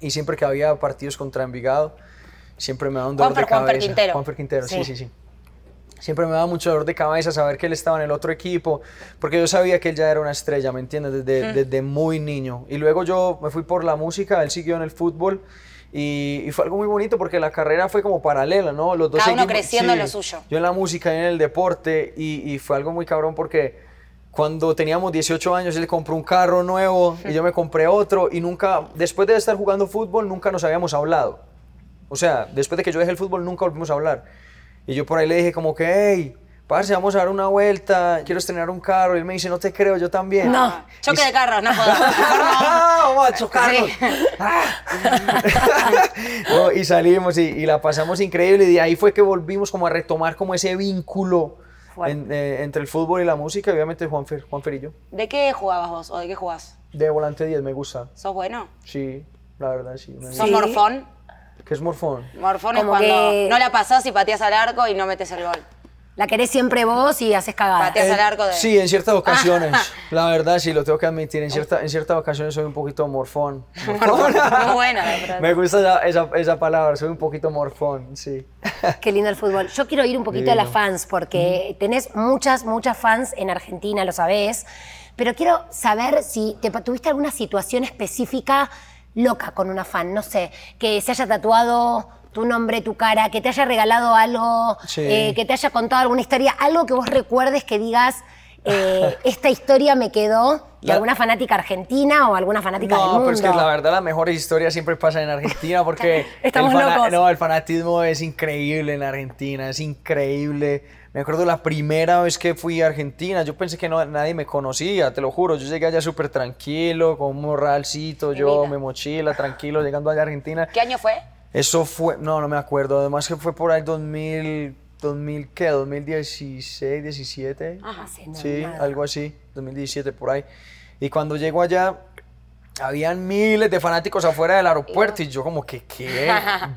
Speaker 3: y siempre que había partidos contra Envigado siempre me daba un dolor
Speaker 4: Juanfer,
Speaker 3: de cabeza.
Speaker 4: Juanfer Quintero.
Speaker 3: Juanfer Quintero, sí,
Speaker 2: Sí.
Speaker 3: sí, sí. Siempre me daba mucho dolor de cabeza saber que él estaba en el otro equipo, porque yo sabía que él ya era una estrella, ¿me entiendes? Desde,
Speaker 4: Mm.
Speaker 3: desde muy niño. Y luego yo me fui por la música, él siguió en el fútbol. Y, y fue algo muy bonito porque la carrera fue como paralela, ¿no? Los dos
Speaker 4: Cada uno
Speaker 3: equipos-
Speaker 4: creciendo en lo suyo.
Speaker 3: Yo en la música, él en el deporte, y, y fue algo muy cabrón porque cuando teníamos 18 años, él compró un carro nuevo
Speaker 4: Mm.
Speaker 3: y yo me compré otro y nunca, después de estar jugando fútbol, nunca nos habíamos hablado. O sea, después de que yo dejé el fútbol, nunca volvimos a hablar. Y yo por ahí le dije como que, hey, parce, vamos a dar una vuelta, quiero estrenar un carro. Y él me dice, no te creo, yo también.
Speaker 4: No,
Speaker 3: Y
Speaker 4: choque
Speaker 3: se-
Speaker 4: de carros, no jodas.
Speaker 3: ¡Ah, vamos a chocarnos!
Speaker 4: Sí.
Speaker 3: ¡Ah! No, y salimos y, y la pasamos increíble. Y de ahí fue que volvimos como a retomar como ese vínculo en- eh, entre el fútbol y la música. Y obviamente Juanfer, Juanfer y yo.
Speaker 4: ¿De qué jugabas vos o de qué jugás?
Speaker 3: De volante 10 me gusta.
Speaker 4: ¿Sos bueno?
Speaker 3: Sí, la verdad, sí. Me gusta.
Speaker 4: ¿Sos morfón?
Speaker 3: ¿Qué es morfón?
Speaker 4: Morfón es
Speaker 2: Como
Speaker 4: cuando
Speaker 2: que-
Speaker 4: no la pasás y pateás al arco y no metes el gol.
Speaker 2: La querés siempre vos y haces cagada.
Speaker 4: Patea. Es
Speaker 3: Eh,
Speaker 4: al arco de-
Speaker 3: Sí, en ciertas ocasiones. la verdad, sí, lo tengo que admitir. En, cierta, en ciertas ocasiones soy un poquito morfón.
Speaker 4: Morfón, muy buena la frase.
Speaker 3: Me gusta esa, esa- esa palabra, soy un poquito morfón, sí.
Speaker 2: Qué lindo el fútbol. Yo quiero ir un poquito a las fans, porque tenés muchas, muchas fans en Argentina, lo sabés. Pero quiero saber si te pa- tuviste alguna situación específica loca con una fan, no sé, que se haya tatuado tu nombre, tu cara, que te haya regalado algo,
Speaker 3: Sí.
Speaker 2: eh, que te haya contado alguna historia, algo que vos recuerdes que digas, eh, esta historia me quedó de
Speaker 3: La-
Speaker 2: alguna fanática argentina o alguna fanática del
Speaker 3: No,
Speaker 2: mundo.
Speaker 3: pero es que la verdad las mejores historias siempre pasan en Argentina porque
Speaker 2: Estamos
Speaker 3: el
Speaker 2: locos.
Speaker 3: No, el fanatismo es increíble en Argentina, es increíble. Me acuerdo la primera vez que fui a Argentina, yo pensé que no, nadie me conocía, te lo juro. Yo llegué allá súper tranquilo, con un morralcito, yo,
Speaker 4: vida.
Speaker 3: mi mochila, tranquilo, llegando allá a Argentina.
Speaker 4: ¿Qué año fue?
Speaker 3: Eso fue, no, no me acuerdo. Además que fue por ahí 2000, 2000 ¿qué? 2016, 17.
Speaker 2: Ajá, sí, no,
Speaker 3: sí,
Speaker 2: nada.
Speaker 3: algo así, 2017 por ahí. Y cuando llego allá, habían miles de fanáticos afuera del aeropuerto y yo como que, ¿qué?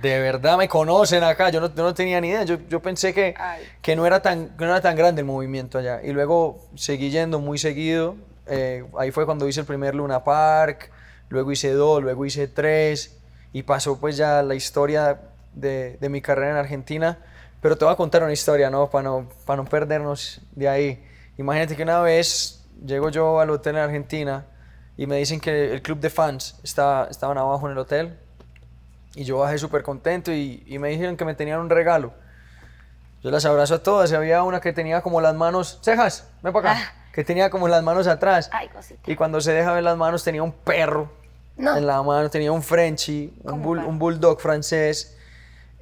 Speaker 3: De verdad me conocen acá. Yo no, yo no tenía ni idea. Yo, yo pensé que,
Speaker 4: Ay.
Speaker 3: que no, era tan, que no era tan grande el movimiento allá. Y luego seguí yendo muy seguido. Eh, ahí fue cuando hice el primer Luna Park, luego hice dos, luego hice tres. Y pasó pues ya la historia de, de mi carrera en Argentina. Pero te voy a contar una historia, ¿no? Para no, para no perdernos de ahí. Imagínate que una vez llego yo al hotel en Argentina y me dicen que el club de fans estaba, estaban abajo en el hotel. Y yo bajé súper contento y, y me dijeron que me tenían un regalo. Yo las abrazo a todas. y Había una que tenía como las manos. Cejas, ven para acá. Que tenía como las manos atrás.
Speaker 4: Ay, cosita.
Speaker 3: Y cuando se deja ver las manos, tenía un perro
Speaker 2: No.
Speaker 3: en la mano, tenía un Frenchie, un,
Speaker 4: ¿Cómo
Speaker 3: bull-
Speaker 4: perro?
Speaker 3: un bulldog francés.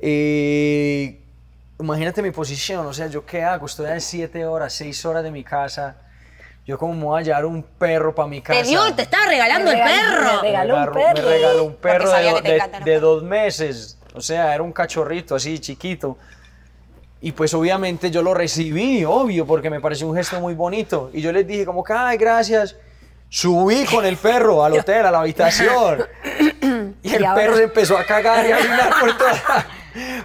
Speaker 3: Y imagínate mi posición, o sea, ¿yo qué hago? Estoy a 7 horas, 6 horas de mi casa. Yo, como me voy a hallar un perro para mi casa.
Speaker 4: Te dio, te estaba regalando el
Speaker 2: Me regaló-
Speaker 4: perro.
Speaker 2: me regaló un
Speaker 3: agarró-
Speaker 2: perro.
Speaker 3: Me regaló un
Speaker 4: Porque
Speaker 3: perro
Speaker 4: sabía
Speaker 3: de,
Speaker 4: que te
Speaker 3: de-
Speaker 4: encantan los
Speaker 3: de
Speaker 4: perros.
Speaker 3: dos meses. O sea, era un cachorrito así, chiquito. Y pues obviamente yo lo recibí, obvio, porque me pareció un gesto muy bonito. Y yo les dije como que, ay, gracias. Subí con el perro al hotel, a la habitación. Y el
Speaker 2: Y ahora-
Speaker 3: perro se empezó a cagar y a mirar por, toda-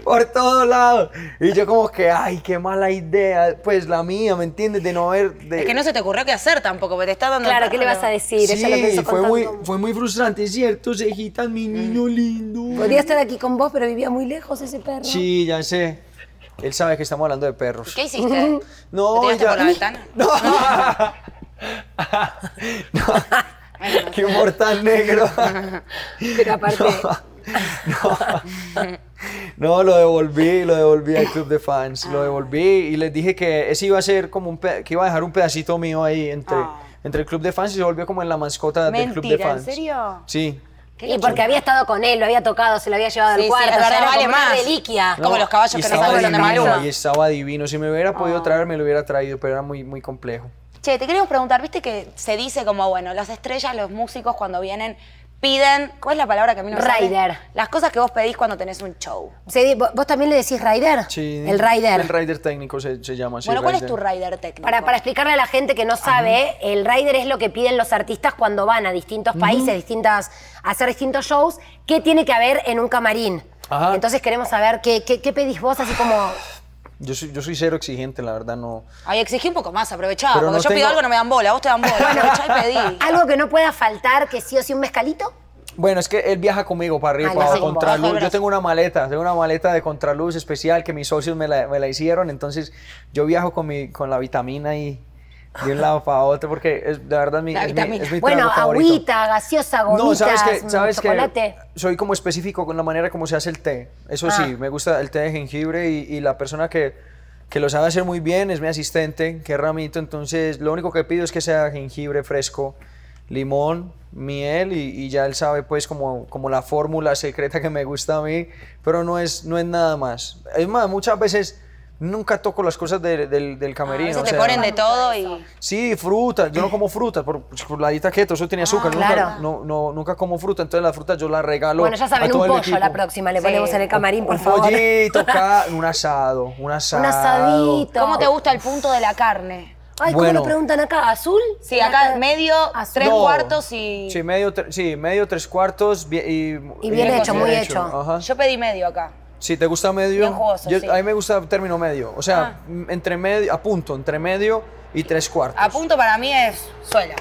Speaker 3: por todos lados. Y yo como que, ay, qué mala idea. Pues la mía, ¿me entiendes? De no haber... de-
Speaker 4: Es que no se te ocurrió qué hacer tampoco, porque te está dando. el
Speaker 2: Claro, ¿qué le
Speaker 4: perro.
Speaker 2: vas a decir? Ella lo pensó con
Speaker 3: fue muy,
Speaker 2: tanto-
Speaker 3: fue muy frustrante, ¿cierto? Cejita, mi
Speaker 4: Mm.
Speaker 3: niño lindo.
Speaker 4: Pues,
Speaker 2: Podría estar aquí con vos, pero vivía muy lejos ese perro.
Speaker 3: Sí, ya sé. Él sabe que estamos hablando de perros.
Speaker 4: ¿Qué hiciste? ¿Lo
Speaker 3: No,
Speaker 4: tiraste
Speaker 3: ya.
Speaker 4: por la ventana?
Speaker 3: No. No. Qué mortal negro.
Speaker 2: Pero aparte,
Speaker 3: No. No, lo devolví, lo devolví al club de fans, lo devolví y les dije que ese iba a ser como un pe- que iba a dejar un pedacito mío ahí entre,
Speaker 4: Ah.
Speaker 3: entre el club de fans y se volvió como en la mascota del club de
Speaker 4: Mentira, ¿en
Speaker 3: fans.
Speaker 4: serio?
Speaker 3: Sí.
Speaker 4: Qué
Speaker 2: y porque había estado con él, lo había tocado, se lo había llevado
Speaker 4: Sí,
Speaker 2: al
Speaker 4: sí,
Speaker 2: cuarto,
Speaker 4: es verdad,
Speaker 2: ya era
Speaker 4: vale
Speaker 2: como una
Speaker 4: más.
Speaker 2: reliquia.
Speaker 4: Como los caballos
Speaker 3: y
Speaker 4: que Ah. no
Speaker 3: estaba
Speaker 4: saben dónde
Speaker 3: divino,
Speaker 4: Maluma.
Speaker 3: Y estaba divino. Si me hubiera podido traer, me lo hubiera traído, pero era muy, muy complejo.
Speaker 4: Che, te queríamos preguntar, viste que se dice como, bueno, las estrellas, los músicos cuando vienen piden, ¿cuál es la palabra que a mí no me sale?
Speaker 2: Rider.
Speaker 4: Las cosas que vos pedís cuando tenés un show.
Speaker 2: O sea, ¿vo- ¿Vos también le decís rider?
Speaker 3: Sí,
Speaker 2: El rider.
Speaker 3: El rider técnico se, se llama. sí,
Speaker 4: bueno, ¿cuál es
Speaker 3: rider.
Speaker 4: tu rider técnico?
Speaker 2: Para, para explicarle a la gente que no sabe, el rider es lo que piden los artistas cuando van a distintos países, distintas, a hacer distintos shows, qué tiene que haber en un camarín.
Speaker 3: Ajá.
Speaker 2: Entonces queremos saber qué, qué, qué pedís vos, así como.
Speaker 3: Yo soy, yo soy cero exigente, la verdad, no.
Speaker 4: Ay, exigí un poco más, aprovechá.
Speaker 3: Pero
Speaker 4: porque
Speaker 3: no
Speaker 4: yo pido
Speaker 3: tengo-
Speaker 4: algo, no me dan bola. Vos te dan bola. Aprovechá y pedí.
Speaker 2: Algo que no pueda faltar, que sí o sí un mezcalito.
Speaker 3: Bueno, es que él viaja conmigo para arriba,
Speaker 2: Ah,
Speaker 3: para
Speaker 2: lo
Speaker 3: abajo,
Speaker 2: sé, como
Speaker 4: bajo
Speaker 3: contraluz.
Speaker 4: el
Speaker 3: Yo
Speaker 4: brazo.
Speaker 3: tengo una maleta, tengo una maleta de contraluz especial que mis socios me la, me la hicieron, entonces yo viajo con, mi, con la vitamina y de un lado para otro, porque es, de verdad mi,
Speaker 4: La
Speaker 3: es mi-
Speaker 4: vitamina.
Speaker 3: es mi
Speaker 2: Bueno,
Speaker 3: trago favorito.
Speaker 2: agüita, gaseosa, gomitas,
Speaker 3: No, sabes que,
Speaker 2: mm,
Speaker 3: sabes que
Speaker 2: chocolate.
Speaker 3: soy como específico con la manera como se hace el té. Eso
Speaker 2: Ah.
Speaker 3: sí, me gusta el té de jengibre y, y la persona que, que lo sabe hacer muy bien es mi asistente, que es Ramito. Entonces, lo único que pido es que sea jengibre fresco, limón, miel y, y ya él sabe pues como, como la fórmula secreta que me gusta a mí, pero no es, no es nada más. Es más, muchas veces nunca toco las cosas de- del, del
Speaker 4: A
Speaker 3: camerino.
Speaker 4: veces
Speaker 3: o
Speaker 4: te
Speaker 3: sea,
Speaker 4: ponen de todo y.
Speaker 3: Sí, frutas. Yo no como frutas por, por la dieta keto. Eso tiene azúcar. nunca,
Speaker 2: Ah, claro.
Speaker 3: no, no- nunca como fruta. Entonces las frutas yo las regalo
Speaker 2: Bueno, ya saben,
Speaker 3: a
Speaker 2: un
Speaker 3: todo el
Speaker 2: pollo
Speaker 3: equipo.
Speaker 2: la próxima, le
Speaker 4: Sí.
Speaker 2: ponemos en el camarín, por
Speaker 3: un
Speaker 2: favor.
Speaker 3: pollito, ca- un asado, un asado.
Speaker 2: asadito.
Speaker 4: ¿Cómo te gusta el punto de la carne?
Speaker 2: Ay, ¿cómo
Speaker 3: Bueno.
Speaker 2: lo preguntan acá? ¿Azul?
Speaker 4: Sí, acá medio,
Speaker 2: Azul.
Speaker 4: tres
Speaker 3: No.
Speaker 4: cuartos y.
Speaker 3: Sí, medio, tre- sí, medio tres cuartos bien- y,
Speaker 2: Y bien hecho, muy hecho.
Speaker 3: Ajá.
Speaker 4: Yo pedí medio acá.
Speaker 3: Si te gusta medio,
Speaker 4: Bien jugoso,
Speaker 3: yo-
Speaker 4: sí.
Speaker 3: a mí me gusta el término medio. O sea,
Speaker 4: Ah.
Speaker 3: m- entre medio, a punto, entre medio y tres cuartos.
Speaker 4: A punto para mí es suela.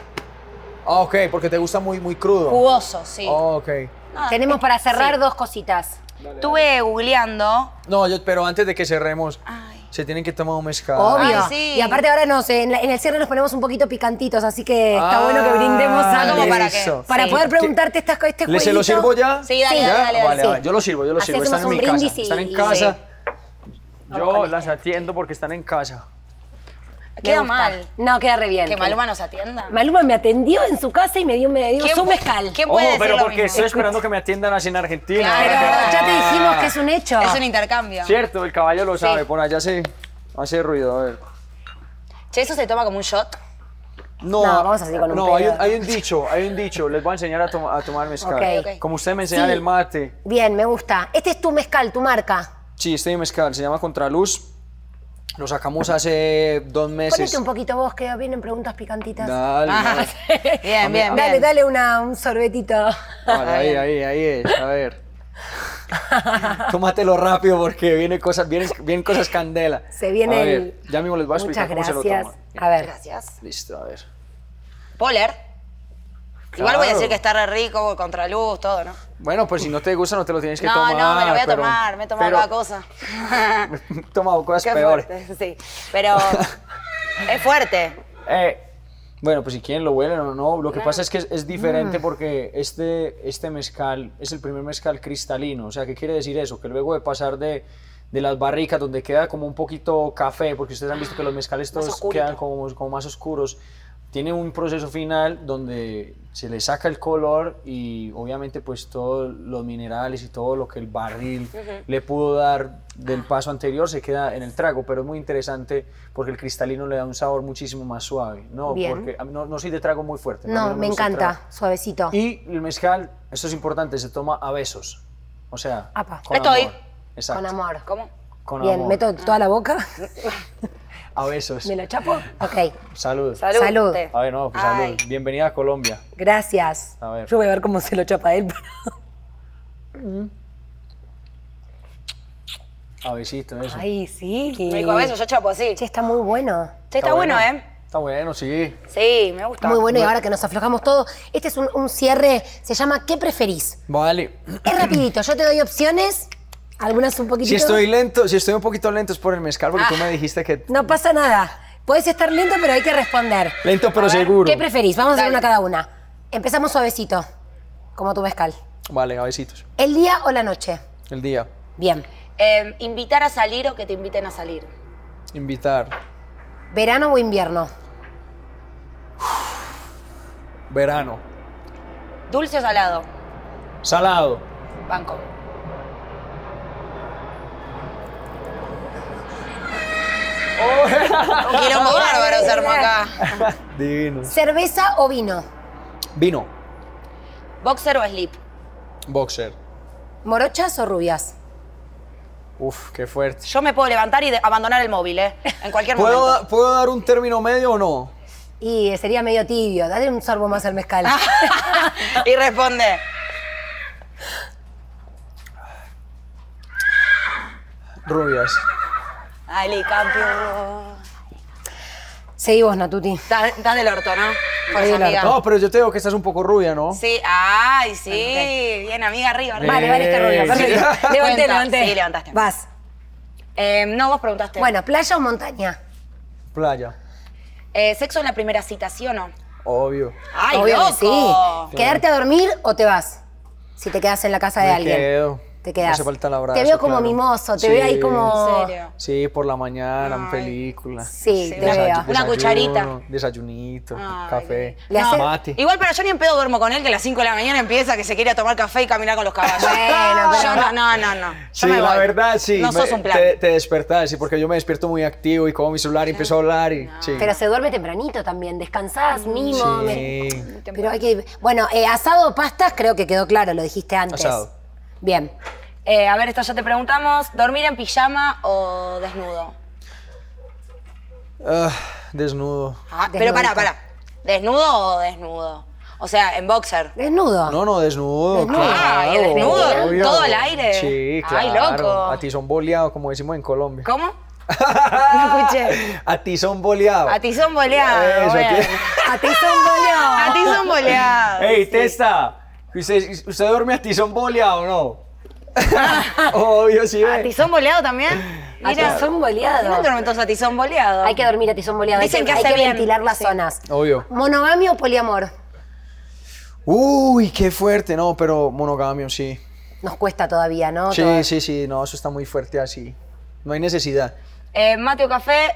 Speaker 3: Ah, ok, porque te gusta muy, muy crudo.
Speaker 4: Jugoso, sí.
Speaker 3: Ah, ok.
Speaker 4: No,
Speaker 2: Tenemos para cerrar
Speaker 4: sí.
Speaker 2: dos cositas.
Speaker 4: Estuve googleando.
Speaker 3: No, yo- pero antes de que cerremos,
Speaker 4: Ay.
Speaker 3: se tienen que tomar un mezcal.
Speaker 2: Obvio.
Speaker 4: Ay, sí.
Speaker 2: Y aparte ahora nos, en, la- en el cierre nos ponemos un poquito picantitos, así que está
Speaker 3: Ah,
Speaker 2: bueno que brindemos
Speaker 4: Ah,
Speaker 2: algo
Speaker 4: como
Speaker 2: para,
Speaker 4: para que.
Speaker 3: eso.
Speaker 2: para
Speaker 4: sí.
Speaker 2: poder preguntarte estas, este
Speaker 3: ¿Le
Speaker 2: jueguito.
Speaker 3: se lo sirvo ya?
Speaker 4: Sí, dale,
Speaker 2: Sí.
Speaker 4: dale, dale, dale.
Speaker 3: Vale,
Speaker 2: sí.
Speaker 3: vale, yo lo sirvo, yo lo
Speaker 2: Así
Speaker 3: sirvo. Están en
Speaker 2: hacemos
Speaker 3: mi
Speaker 2: un
Speaker 3: casa.
Speaker 2: brindis y-
Speaker 3: Están en
Speaker 2: y-
Speaker 3: casa.
Speaker 2: sí.
Speaker 3: Yo las atiendo porque están en casa.
Speaker 2: Me
Speaker 4: Queda
Speaker 2: gusta.
Speaker 4: mal.
Speaker 2: No, queda re bien.
Speaker 4: Que Maluma nos atienda.
Speaker 2: Maluma me atendió en su casa y me dio, me dio
Speaker 4: ¿Quién-
Speaker 2: su mezcal.
Speaker 4: ¿Quién puede
Speaker 3: Oh,
Speaker 4: decir
Speaker 3: pero
Speaker 4: lo
Speaker 3: porque
Speaker 4: mismo?
Speaker 3: estoy esperando que me atiendan así en Argentina.
Speaker 4: Claro.
Speaker 2: Pero
Speaker 4: Ah.
Speaker 2: ya te dijimos que es un hecho.
Speaker 4: Es un intercambio.
Speaker 3: Cierto, el caballo lo sabe. Por allá se hace ruido, a ver.
Speaker 4: Che, eso se toma como un shot.
Speaker 3: No,
Speaker 2: No, vamos así con un
Speaker 3: no, hay,
Speaker 2: pedo.
Speaker 3: un, hay un dicho, hay un dicho. Les voy a enseñar a, to- a tomar mezcal.
Speaker 2: Ok.
Speaker 4: Ok.
Speaker 3: Como ustedes me enseñan
Speaker 2: Sí.
Speaker 3: el mate.
Speaker 2: Bien, me gusta. Este es tu mezcal, tu marca.
Speaker 3: Sí, este mezcal se llama Contraluz. Lo sacamos hace dos meses.
Speaker 2: Ponete un poquito vos, que vienen preguntas picantitas.
Speaker 3: Dale,
Speaker 4: Ah,
Speaker 3: dale.
Speaker 4: Bien, bien,
Speaker 2: Dale,
Speaker 4: bien.
Speaker 2: dale una, un sorbetito.
Speaker 3: Vale, ahí, ahí, ahí es, a ver. Tómatelo rápido porque viene cosas, vienen, vienen cosas candela.
Speaker 2: Se viene
Speaker 3: a ver,
Speaker 2: el-
Speaker 3: Ya mismo les voy a explicar
Speaker 2: Muchas
Speaker 3: cómo se
Speaker 2: gracias.
Speaker 3: lo toman.
Speaker 2: A ver.
Speaker 4: Gracias.
Speaker 3: Listo, a ver.
Speaker 4: Poler. Igual voy a
Speaker 3: Claro.
Speaker 4: decir que está re rico, contraluz, todo, ¿no?
Speaker 3: Bueno, pues si no te gusta no te lo tienes que
Speaker 4: no,
Speaker 3: tomar.
Speaker 4: no, me lo voy a
Speaker 3: pero-
Speaker 4: tomar. Me he tomado
Speaker 3: pero-
Speaker 4: cada cosa.
Speaker 3: He tomado cosas
Speaker 4: Qué
Speaker 3: peores.
Speaker 4: fuerte, sí. Pero es fuerte.
Speaker 3: Eh, bueno, pues si quieren lo huelen o no. Lo que pasa es que es, es diferente porque este, este mezcal es el primer mezcal cristalino. O sea, ¿qué quiere decir eso? Que luego de pasar de, de las barricas donde queda como un poquito café, porque ustedes han visto que los mezcales todos
Speaker 4: oscurito.
Speaker 3: quedan como, como más oscuros, tiene un proceso final donde se le saca el color y obviamente pues todos los minerales y todo lo que el barril le pudo dar
Speaker 2: Ah.
Speaker 3: del paso anterior se queda en el trago, pero es muy interesante porque el cristalino le da un sabor muchísimo más suave, ¿no?
Speaker 2: Bien.
Speaker 3: Porque a mí no, no soy de trago muy fuerte. a mí
Speaker 2: No, me
Speaker 3: gusta el
Speaker 2: encanta.
Speaker 3: trago.
Speaker 2: Suavecito.
Speaker 3: Y el mezcal, esto es importante, se toma a besos, o sea,
Speaker 2: Apa.
Speaker 3: con
Speaker 4: Estoy.
Speaker 3: amor. Exacto,
Speaker 2: Ah, Con amor.
Speaker 4: ¿Cómo?
Speaker 3: con
Speaker 2: Bien,
Speaker 3: amor.
Speaker 2: meto toda la boca.
Speaker 3: A besos.
Speaker 2: ¿Me lo chapo? Ok.
Speaker 3: Salud.
Speaker 4: Salud.
Speaker 2: Salud.
Speaker 3: A ver, no, pues salud.
Speaker 4: Ay.
Speaker 3: Bienvenida a Colombia.
Speaker 2: Gracias.
Speaker 3: A ver.
Speaker 2: Yo voy a ver cómo se lo chapa él. pero-
Speaker 3: A besito, eso.
Speaker 2: Ay, sí.
Speaker 4: Me dijo a veces, yo chapo así.
Speaker 2: Che,
Speaker 4: Che,
Speaker 2: está muy bueno.
Speaker 4: está, bueno, ¿eh?
Speaker 3: Está bueno, sí.
Speaker 4: Sí, me gusta.
Speaker 2: Muy bueno y ahora que nos aflojamos todo, este es un, un cierre, se llama ¿Qué preferís?
Speaker 3: Vale.
Speaker 2: Es rapidito, yo te doy opciones, algunas un poquitito.
Speaker 3: Si estoy lento, si estoy un poquito lento es por el mezcal, porque tú
Speaker 4: Ah.
Speaker 3: me dijiste que...
Speaker 2: No pasa nada. Puedes estar lento, pero hay que responder.
Speaker 3: Lento pero
Speaker 4: A ver,
Speaker 3: seguro.
Speaker 2: ¿Qué preferís? Vamos a hacer
Speaker 4: Dale.
Speaker 2: una cada una. Empezamos suavecito, como tu mezcal.
Speaker 3: Vale, a besitos.
Speaker 2: ¿El día o la noche?
Speaker 3: El día.
Speaker 2: Bien.
Speaker 4: Eh, invitar a salir o que te inviten a salir.
Speaker 3: Invitar.
Speaker 2: ¿Verano o invierno?
Speaker 3: Verano.
Speaker 4: Dulce o salado.
Speaker 3: Salado.
Speaker 4: Banco. Un quilombo bárbaro se armó acá.
Speaker 3: Divino.
Speaker 2: ¿Cerveza o vino?
Speaker 3: Vino.
Speaker 4: Boxer o slip.
Speaker 3: Boxer.
Speaker 2: ¿Morochas o rubias?
Speaker 3: Uf, qué fuerte.
Speaker 4: Yo me puedo levantar y de- abandonar el móvil, ¿eh? En cualquier
Speaker 3: ¿Puedo,
Speaker 4: momento.
Speaker 3: da- ¿Puedo dar un término medio o no?
Speaker 2: Y sería medio tibio. Dale un sorbo más al mezcal.
Speaker 4: Ah. y responde.
Speaker 3: rubias.
Speaker 4: Dale, campeón.
Speaker 2: Seguí vos, Natuti.
Speaker 4: Estás estás del orto, ¿no?
Speaker 2: Estoy
Speaker 4: Por eso,
Speaker 2: del
Speaker 4: Pues, amiga.
Speaker 3: No, pero yo te digo que estás un poco rubia, ¿no?
Speaker 4: Sí, ay, sí. Bien, amiga, arriba. arriba.
Speaker 2: Vale, vale, está rubia.
Speaker 3: Eh,
Speaker 2: Perfecto.
Speaker 4: sí.
Speaker 2: Levanté,
Speaker 4: Cuenta.
Speaker 2: levanté.
Speaker 4: Sí, levantaste.
Speaker 2: Vas.
Speaker 4: Eh, no, vos preguntaste.
Speaker 2: Bueno, ¿playa o montaña?
Speaker 3: Playa.
Speaker 4: Eh, ¿Sexo en la primera cita, sí o no?
Speaker 3: Obvio.
Speaker 4: ¡Ay,
Speaker 2: Obvio que
Speaker 4: loco!
Speaker 2: sí. ¿Quedarte a dormir o te vas? Si te quedas en la casa de
Speaker 3: Me
Speaker 2: alguien.
Speaker 3: quedo.
Speaker 2: Te quedas.
Speaker 3: No hace falta el abrazo.
Speaker 2: Te veo como
Speaker 3: claro.
Speaker 2: mimoso, te
Speaker 3: Sí.
Speaker 2: veo ahí como.
Speaker 4: ¿En serio?
Speaker 3: Sí, por la mañana, en película.
Speaker 2: Sí, te
Speaker 4: Desay-
Speaker 2: veo.
Speaker 3: Desayu-
Speaker 4: Una
Speaker 3: desayuno,
Speaker 4: cucharita.
Speaker 3: Desayunito,
Speaker 4: Ay,
Speaker 3: café,
Speaker 4: qué-
Speaker 2: Le hace-
Speaker 3: mate.
Speaker 4: Igual, pero yo ni en pedo duermo con él, que a las 5 de la mañana empieza que se quiere tomar café y caminar con los caballos.
Speaker 2: Bueno, pero-
Speaker 4: Yo no, no, no. no. Yo
Speaker 3: Sí,
Speaker 4: me
Speaker 3: la
Speaker 4: voy.
Speaker 3: verdad, sí.
Speaker 4: No
Speaker 3: me-
Speaker 4: sos un plan.
Speaker 3: Te, te despertás, sí, porque yo me despierto muy activo y como mi celular y empiezo a hablar y... Sí.
Speaker 2: Pero se duerme tempranito también, descansás, mimo. me-
Speaker 3: sí.
Speaker 2: Pero hay que. Bueno, eh, asado o pastas, creo que quedó claro, lo dijiste antes.
Speaker 3: Asado.
Speaker 2: Bien.
Speaker 4: Eh, a ver, esto ya te preguntamos. ¿Dormir en pijama o desnudo?
Speaker 3: Ah, desnudo.
Speaker 4: Ah, pero
Speaker 2: Desnudito.
Speaker 4: pará, pará. ¿Desnudo o desnudo? O sea, en boxer.
Speaker 2: Desnudo.
Speaker 3: No, no, desnudo.
Speaker 2: Desnudo.
Speaker 4: Ay,
Speaker 3: claro,
Speaker 4: desnudo,
Speaker 3: obvio.
Speaker 4: todo al aire.
Speaker 3: Sí,
Speaker 4: Ay,
Speaker 3: claro.
Speaker 4: loco.
Speaker 3: A ti son boleado, como decimos en Colombia.
Speaker 4: ¿Cómo? No escuché.
Speaker 3: A ti son boleado.
Speaker 4: A ti son boleados.
Speaker 3: Oh. Eso, a ti-
Speaker 4: bueno.
Speaker 2: A ti son boludo.
Speaker 4: A ti son boleados.
Speaker 3: Ey, Testa, ¿usted, ¿usted duerme a tizón boleado o no? Obvio, sí,
Speaker 4: ¿A
Speaker 3: ve.
Speaker 4: tizón boleado también?
Speaker 2: A tizón boleado.
Speaker 4: ¿Quién duerme entonces a tizón boleado?
Speaker 2: Hay que dormir a tizón boleado.
Speaker 4: Dicen
Speaker 2: hay
Speaker 4: que
Speaker 2: hay
Speaker 4: hace bien.
Speaker 2: ventilar las
Speaker 4: Sí.
Speaker 2: zonas.
Speaker 3: Obvio.
Speaker 2: ¿Monogamia o poliamor?
Speaker 3: Uy, qué fuerte, no, pero monogamio, sí.
Speaker 2: Nos cuesta todavía, ¿no?
Speaker 3: Sí,
Speaker 2: Todo-
Speaker 3: sí, sí, no, eso está muy fuerte así. No hay necesidad.
Speaker 4: Eh, mate o café.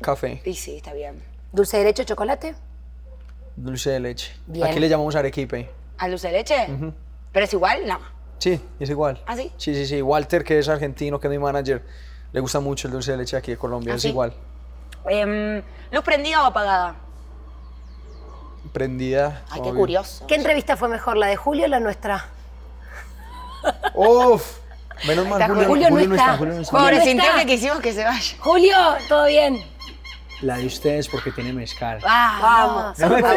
Speaker 3: Café,
Speaker 4: Y sí, está bien.
Speaker 2: ¿Dulce de leche o chocolate?
Speaker 3: dulce de leche.
Speaker 2: Bien.
Speaker 3: Aquí le llamamos arequipe.
Speaker 4: ¿A dulce de leche? ¿Pero es igual? No.
Speaker 3: Sí, es igual.
Speaker 4: ¿Ah, sí?
Speaker 3: Sí, sí, sí. Walter, que es argentino, que es mi manager, le gusta mucho el dulce de leche aquí de Colombia,
Speaker 4: ¿Ah,
Speaker 3: es
Speaker 4: sí?
Speaker 3: igual.
Speaker 4: Em, ¿Luz prendida o apagada?
Speaker 3: Prendida.
Speaker 4: Ay, qué
Speaker 3: obvio.
Speaker 4: curioso.
Speaker 2: ¿Qué entrevista fue mejor, la de Julio o la nuestra?
Speaker 3: Uf, menos mal,
Speaker 2: Está
Speaker 3: Julio,
Speaker 2: Julio no
Speaker 3: no
Speaker 2: está.
Speaker 3: Julio no está.
Speaker 2: Pobre,
Speaker 4: Pobre,
Speaker 2: ¿Dónde
Speaker 4: sin
Speaker 2: está?
Speaker 4: que quisimos que se vaya.
Speaker 2: Julio, todo bien.
Speaker 3: La de ustedes porque tiene mezcal.
Speaker 2: Ah, Vamos. solo, por,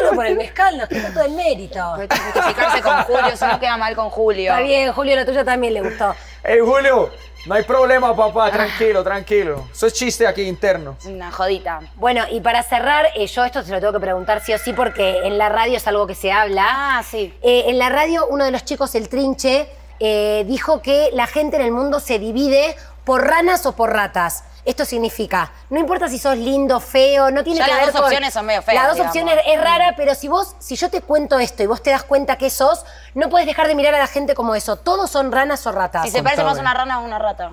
Speaker 2: solo por el mezcal, nos quita todo el mérito.
Speaker 4: Porque tiene que justificarse con Julio, si no queda mal con Julio.
Speaker 2: Está bien, Julio, la tuya también le gustó.
Speaker 3: ¡Ey, Julio! No hay problema,
Speaker 2: Ah.
Speaker 3: papá, tranquilo, tranquilo. Eso es chiste aquí interno.
Speaker 4: Una jodita.
Speaker 2: Bueno, y para cerrar, eh, yo esto se lo tengo que preguntar sí o sí porque en la radio es algo que se habla.
Speaker 4: Ah, sí.
Speaker 2: Eh, en la radio, uno de los chicos, el Trinche, eh, dijo que la gente en el mundo se divide por ranas o por ratas. Esto significa, no importa si sos lindo, feo, no tiene
Speaker 4: Ya
Speaker 2: que
Speaker 4: las
Speaker 2: ver
Speaker 4: dos
Speaker 2: con-
Speaker 4: opciones son medio feas,
Speaker 2: Las dos
Speaker 4: digamos. Mm.
Speaker 2: opciones es rara, pero si vos, si yo te cuento esto y vos te das cuenta que sos, no puedes dejar de mirar a la gente como eso. Todos son ranas o ratas.
Speaker 4: Si se parece más a una rana o una rata.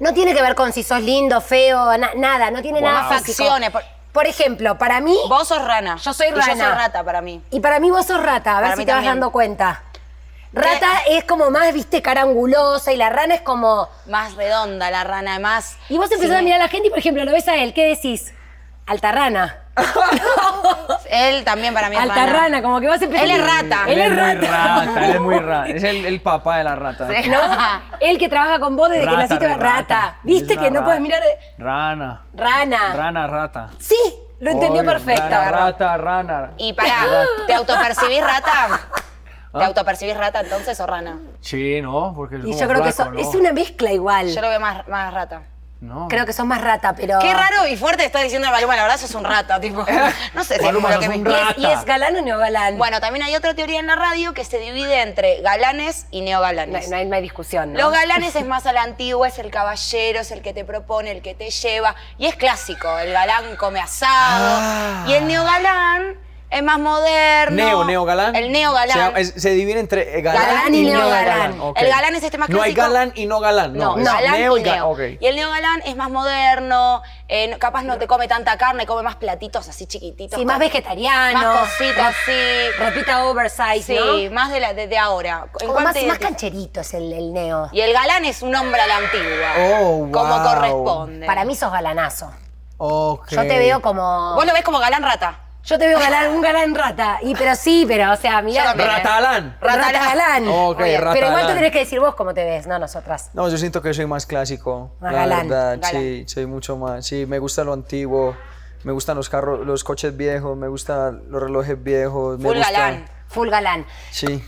Speaker 2: No tiene que ver con si sos lindo, feo, na- nada, no tiene nada físico.
Speaker 4: Facciones, por-
Speaker 2: Por ejemplo, para mí
Speaker 4: Vos sos rana.
Speaker 2: Yo soy
Speaker 4: Y
Speaker 2: rana.
Speaker 4: yo soy rata para mí.
Speaker 2: y para mí vos sos rata, a ver
Speaker 4: Para
Speaker 2: si
Speaker 4: mí
Speaker 2: te vas
Speaker 4: también. Eh, ah.
Speaker 2: dando cuenta. Rata es como más, viste, cara angulosa y la rana es como.
Speaker 4: Más redonda la rana, más.
Speaker 2: Y vos empezás
Speaker 4: Sí,
Speaker 2: a mirar a la gente y, por ejemplo, lo ves a él, ¿qué decís? Alta rana.
Speaker 4: Él también para mí es
Speaker 2: Alta
Speaker 4: rana.
Speaker 2: rana, como que vas a empezar. Mm,
Speaker 4: Él es rata.
Speaker 2: Él es rata.
Speaker 3: él es muy rata. Es el, el papá de la rata.
Speaker 2: ¿No? Él que trabaja con vos desde que naciste rata. Viste que no puedes mirar. de-
Speaker 5: Rana.
Speaker 2: Rana.
Speaker 5: Rana, rata.
Speaker 2: Sí, lo entendió
Speaker 3: Obvio,
Speaker 2: perfecto.
Speaker 5: Rana, rata, rana.
Speaker 4: Y pará, ¿te autopercibís rata? ¿Te autopercibís rata entonces o rana?
Speaker 5: Sí, ¿no? Porque es
Speaker 2: Y
Speaker 5: como
Speaker 2: yo creo que
Speaker 5: flaco,
Speaker 2: so-
Speaker 5: ¿no?
Speaker 2: es una mezcla igual.
Speaker 4: Yo lo veo más, más rata.
Speaker 5: No.
Speaker 2: Creo que sos más rata, pero.
Speaker 4: Qué raro y fuerte está diciendo el Maluma, la verdad sos un rata, tipo. No sé si es
Speaker 5: Maluma,
Speaker 4: como lo que
Speaker 5: sos
Speaker 4: me...
Speaker 5: un
Speaker 2: ¿Y es, y
Speaker 5: Rata.
Speaker 2: es galán o neogalán?
Speaker 4: Bueno, también hay otra teoría en la radio que se divide entre galanes y
Speaker 2: no,
Speaker 4: neogalanes.
Speaker 2: no hay, no hay discusión. ¿no?
Speaker 4: Los galanes es más a la antigua, es el caballero, es el que te propone, el que te lleva. Y es clásico, el galán come asado. Y el neogalán es más moderno.
Speaker 3: Neo, neo galán.
Speaker 4: El neogalán.
Speaker 3: Se, llama- es- se divide entre eh, galán,
Speaker 4: Galán y
Speaker 3: y neo
Speaker 4: neogalán.
Speaker 3: galán. ok.
Speaker 4: El galán es este más
Speaker 3: No hay
Speaker 4: clásico.
Speaker 3: galán y no galán. No,
Speaker 4: No,
Speaker 3: es
Speaker 4: galán
Speaker 3: neo
Speaker 4: y
Speaker 3: ga-
Speaker 4: neo.
Speaker 3: ok.
Speaker 4: Y el neogalán es más moderno, eh, no- capaz no te come tanta carne, come más platitos así chiquititos.
Speaker 2: Sí, más
Speaker 4: con-
Speaker 2: vegetariano.
Speaker 4: Más cositas,
Speaker 2: ro-
Speaker 4: sí.
Speaker 2: Ropita oversize,
Speaker 4: Sí, más de, la, de, de ahora. En
Speaker 2: Como
Speaker 4: cuanto
Speaker 2: más,
Speaker 4: te
Speaker 2: más
Speaker 4: identificas-
Speaker 2: cancherito es el, el neo.
Speaker 4: y el galán es un hombre a la antigua.
Speaker 3: Oh,
Speaker 4: Como
Speaker 3: wow.
Speaker 4: corresponde.
Speaker 2: Para mí sos galanazo.
Speaker 3: Ok.
Speaker 2: Yo te veo como.
Speaker 4: Vos lo ves como galán rata.
Speaker 2: Yo te veo galán, un galán rata. Y pero sí, pero, o sea,
Speaker 4: Yo
Speaker 2: mirá.
Speaker 4: también, ¿eh?
Speaker 3: Ratalán.
Speaker 2: Rata
Speaker 4: Rata
Speaker 2: galán.
Speaker 3: Ok,
Speaker 2: Muy bien.
Speaker 3: rata
Speaker 2: Pero igual te
Speaker 3: galán.
Speaker 2: tenés que decir vos cómo te ves, no nosotras.
Speaker 3: No, yo siento que soy más clásico.
Speaker 2: Más
Speaker 3: la
Speaker 2: galán,
Speaker 3: verdad,
Speaker 4: galán.
Speaker 3: sí, soy mucho más. Sí, me gusta lo antiguo, me gustan los carros, los coches viejos, me gustan los relojes viejos. me
Speaker 4: Full
Speaker 3: gusta-
Speaker 4: galán.
Speaker 2: Full galán.
Speaker 3: Sí.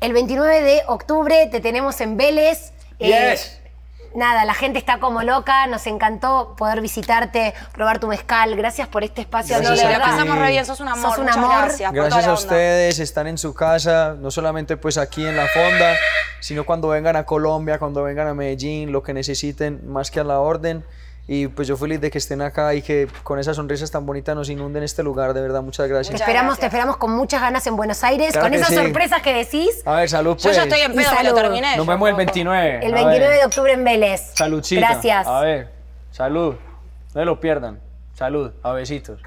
Speaker 2: El 29 de octubre te tenemos en Vélez. Eh,
Speaker 3: Yes.
Speaker 2: nada, la gente está como loca, nos encantó poder visitarte, probar tu mezcal. Gracias por este espacio.
Speaker 4: Gracias
Speaker 2: No,
Speaker 4: a
Speaker 2: de
Speaker 4: ti.
Speaker 2: verdad.
Speaker 4: La pasamos re bien, sos un amor,
Speaker 2: Sos un
Speaker 4: muchas
Speaker 2: amor.
Speaker 4: gracias. por toda
Speaker 3: Gracias
Speaker 4: la
Speaker 3: a
Speaker 4: onda.
Speaker 3: ustedes, están en su casa, no solamente pues aquí en la fonda, sino cuando vengan a Colombia, cuando vengan a Medellín, lo que necesiten, más que a la orden. Y pues yo feliz de que estén acá y que con esas sonrisas tan bonitas nos inunden este lugar, de verdad, muchas gracias.
Speaker 2: Te
Speaker 4: Muchas
Speaker 2: esperamos,
Speaker 4: gracias.
Speaker 2: te esperamos con muchas ganas en Buenos Aires,
Speaker 3: Claro
Speaker 2: con
Speaker 3: que
Speaker 2: esas
Speaker 3: sí.
Speaker 2: sorpresas que decís.
Speaker 3: A ver, salud
Speaker 4: Yo
Speaker 3: pues.
Speaker 4: ya estoy en
Speaker 2: Y
Speaker 4: pedo, me lo
Speaker 2: salud.
Speaker 4: terminé.
Speaker 5: Nos
Speaker 4: yo
Speaker 5: vemos el
Speaker 4: tampoco.
Speaker 5: 29.
Speaker 2: El
Speaker 5: a ver.
Speaker 2: 29 de octubre en Vélez.
Speaker 5: Saludcita.
Speaker 2: Gracias.
Speaker 5: A ver, salud. No se lo pierdan. Salud, a besitos.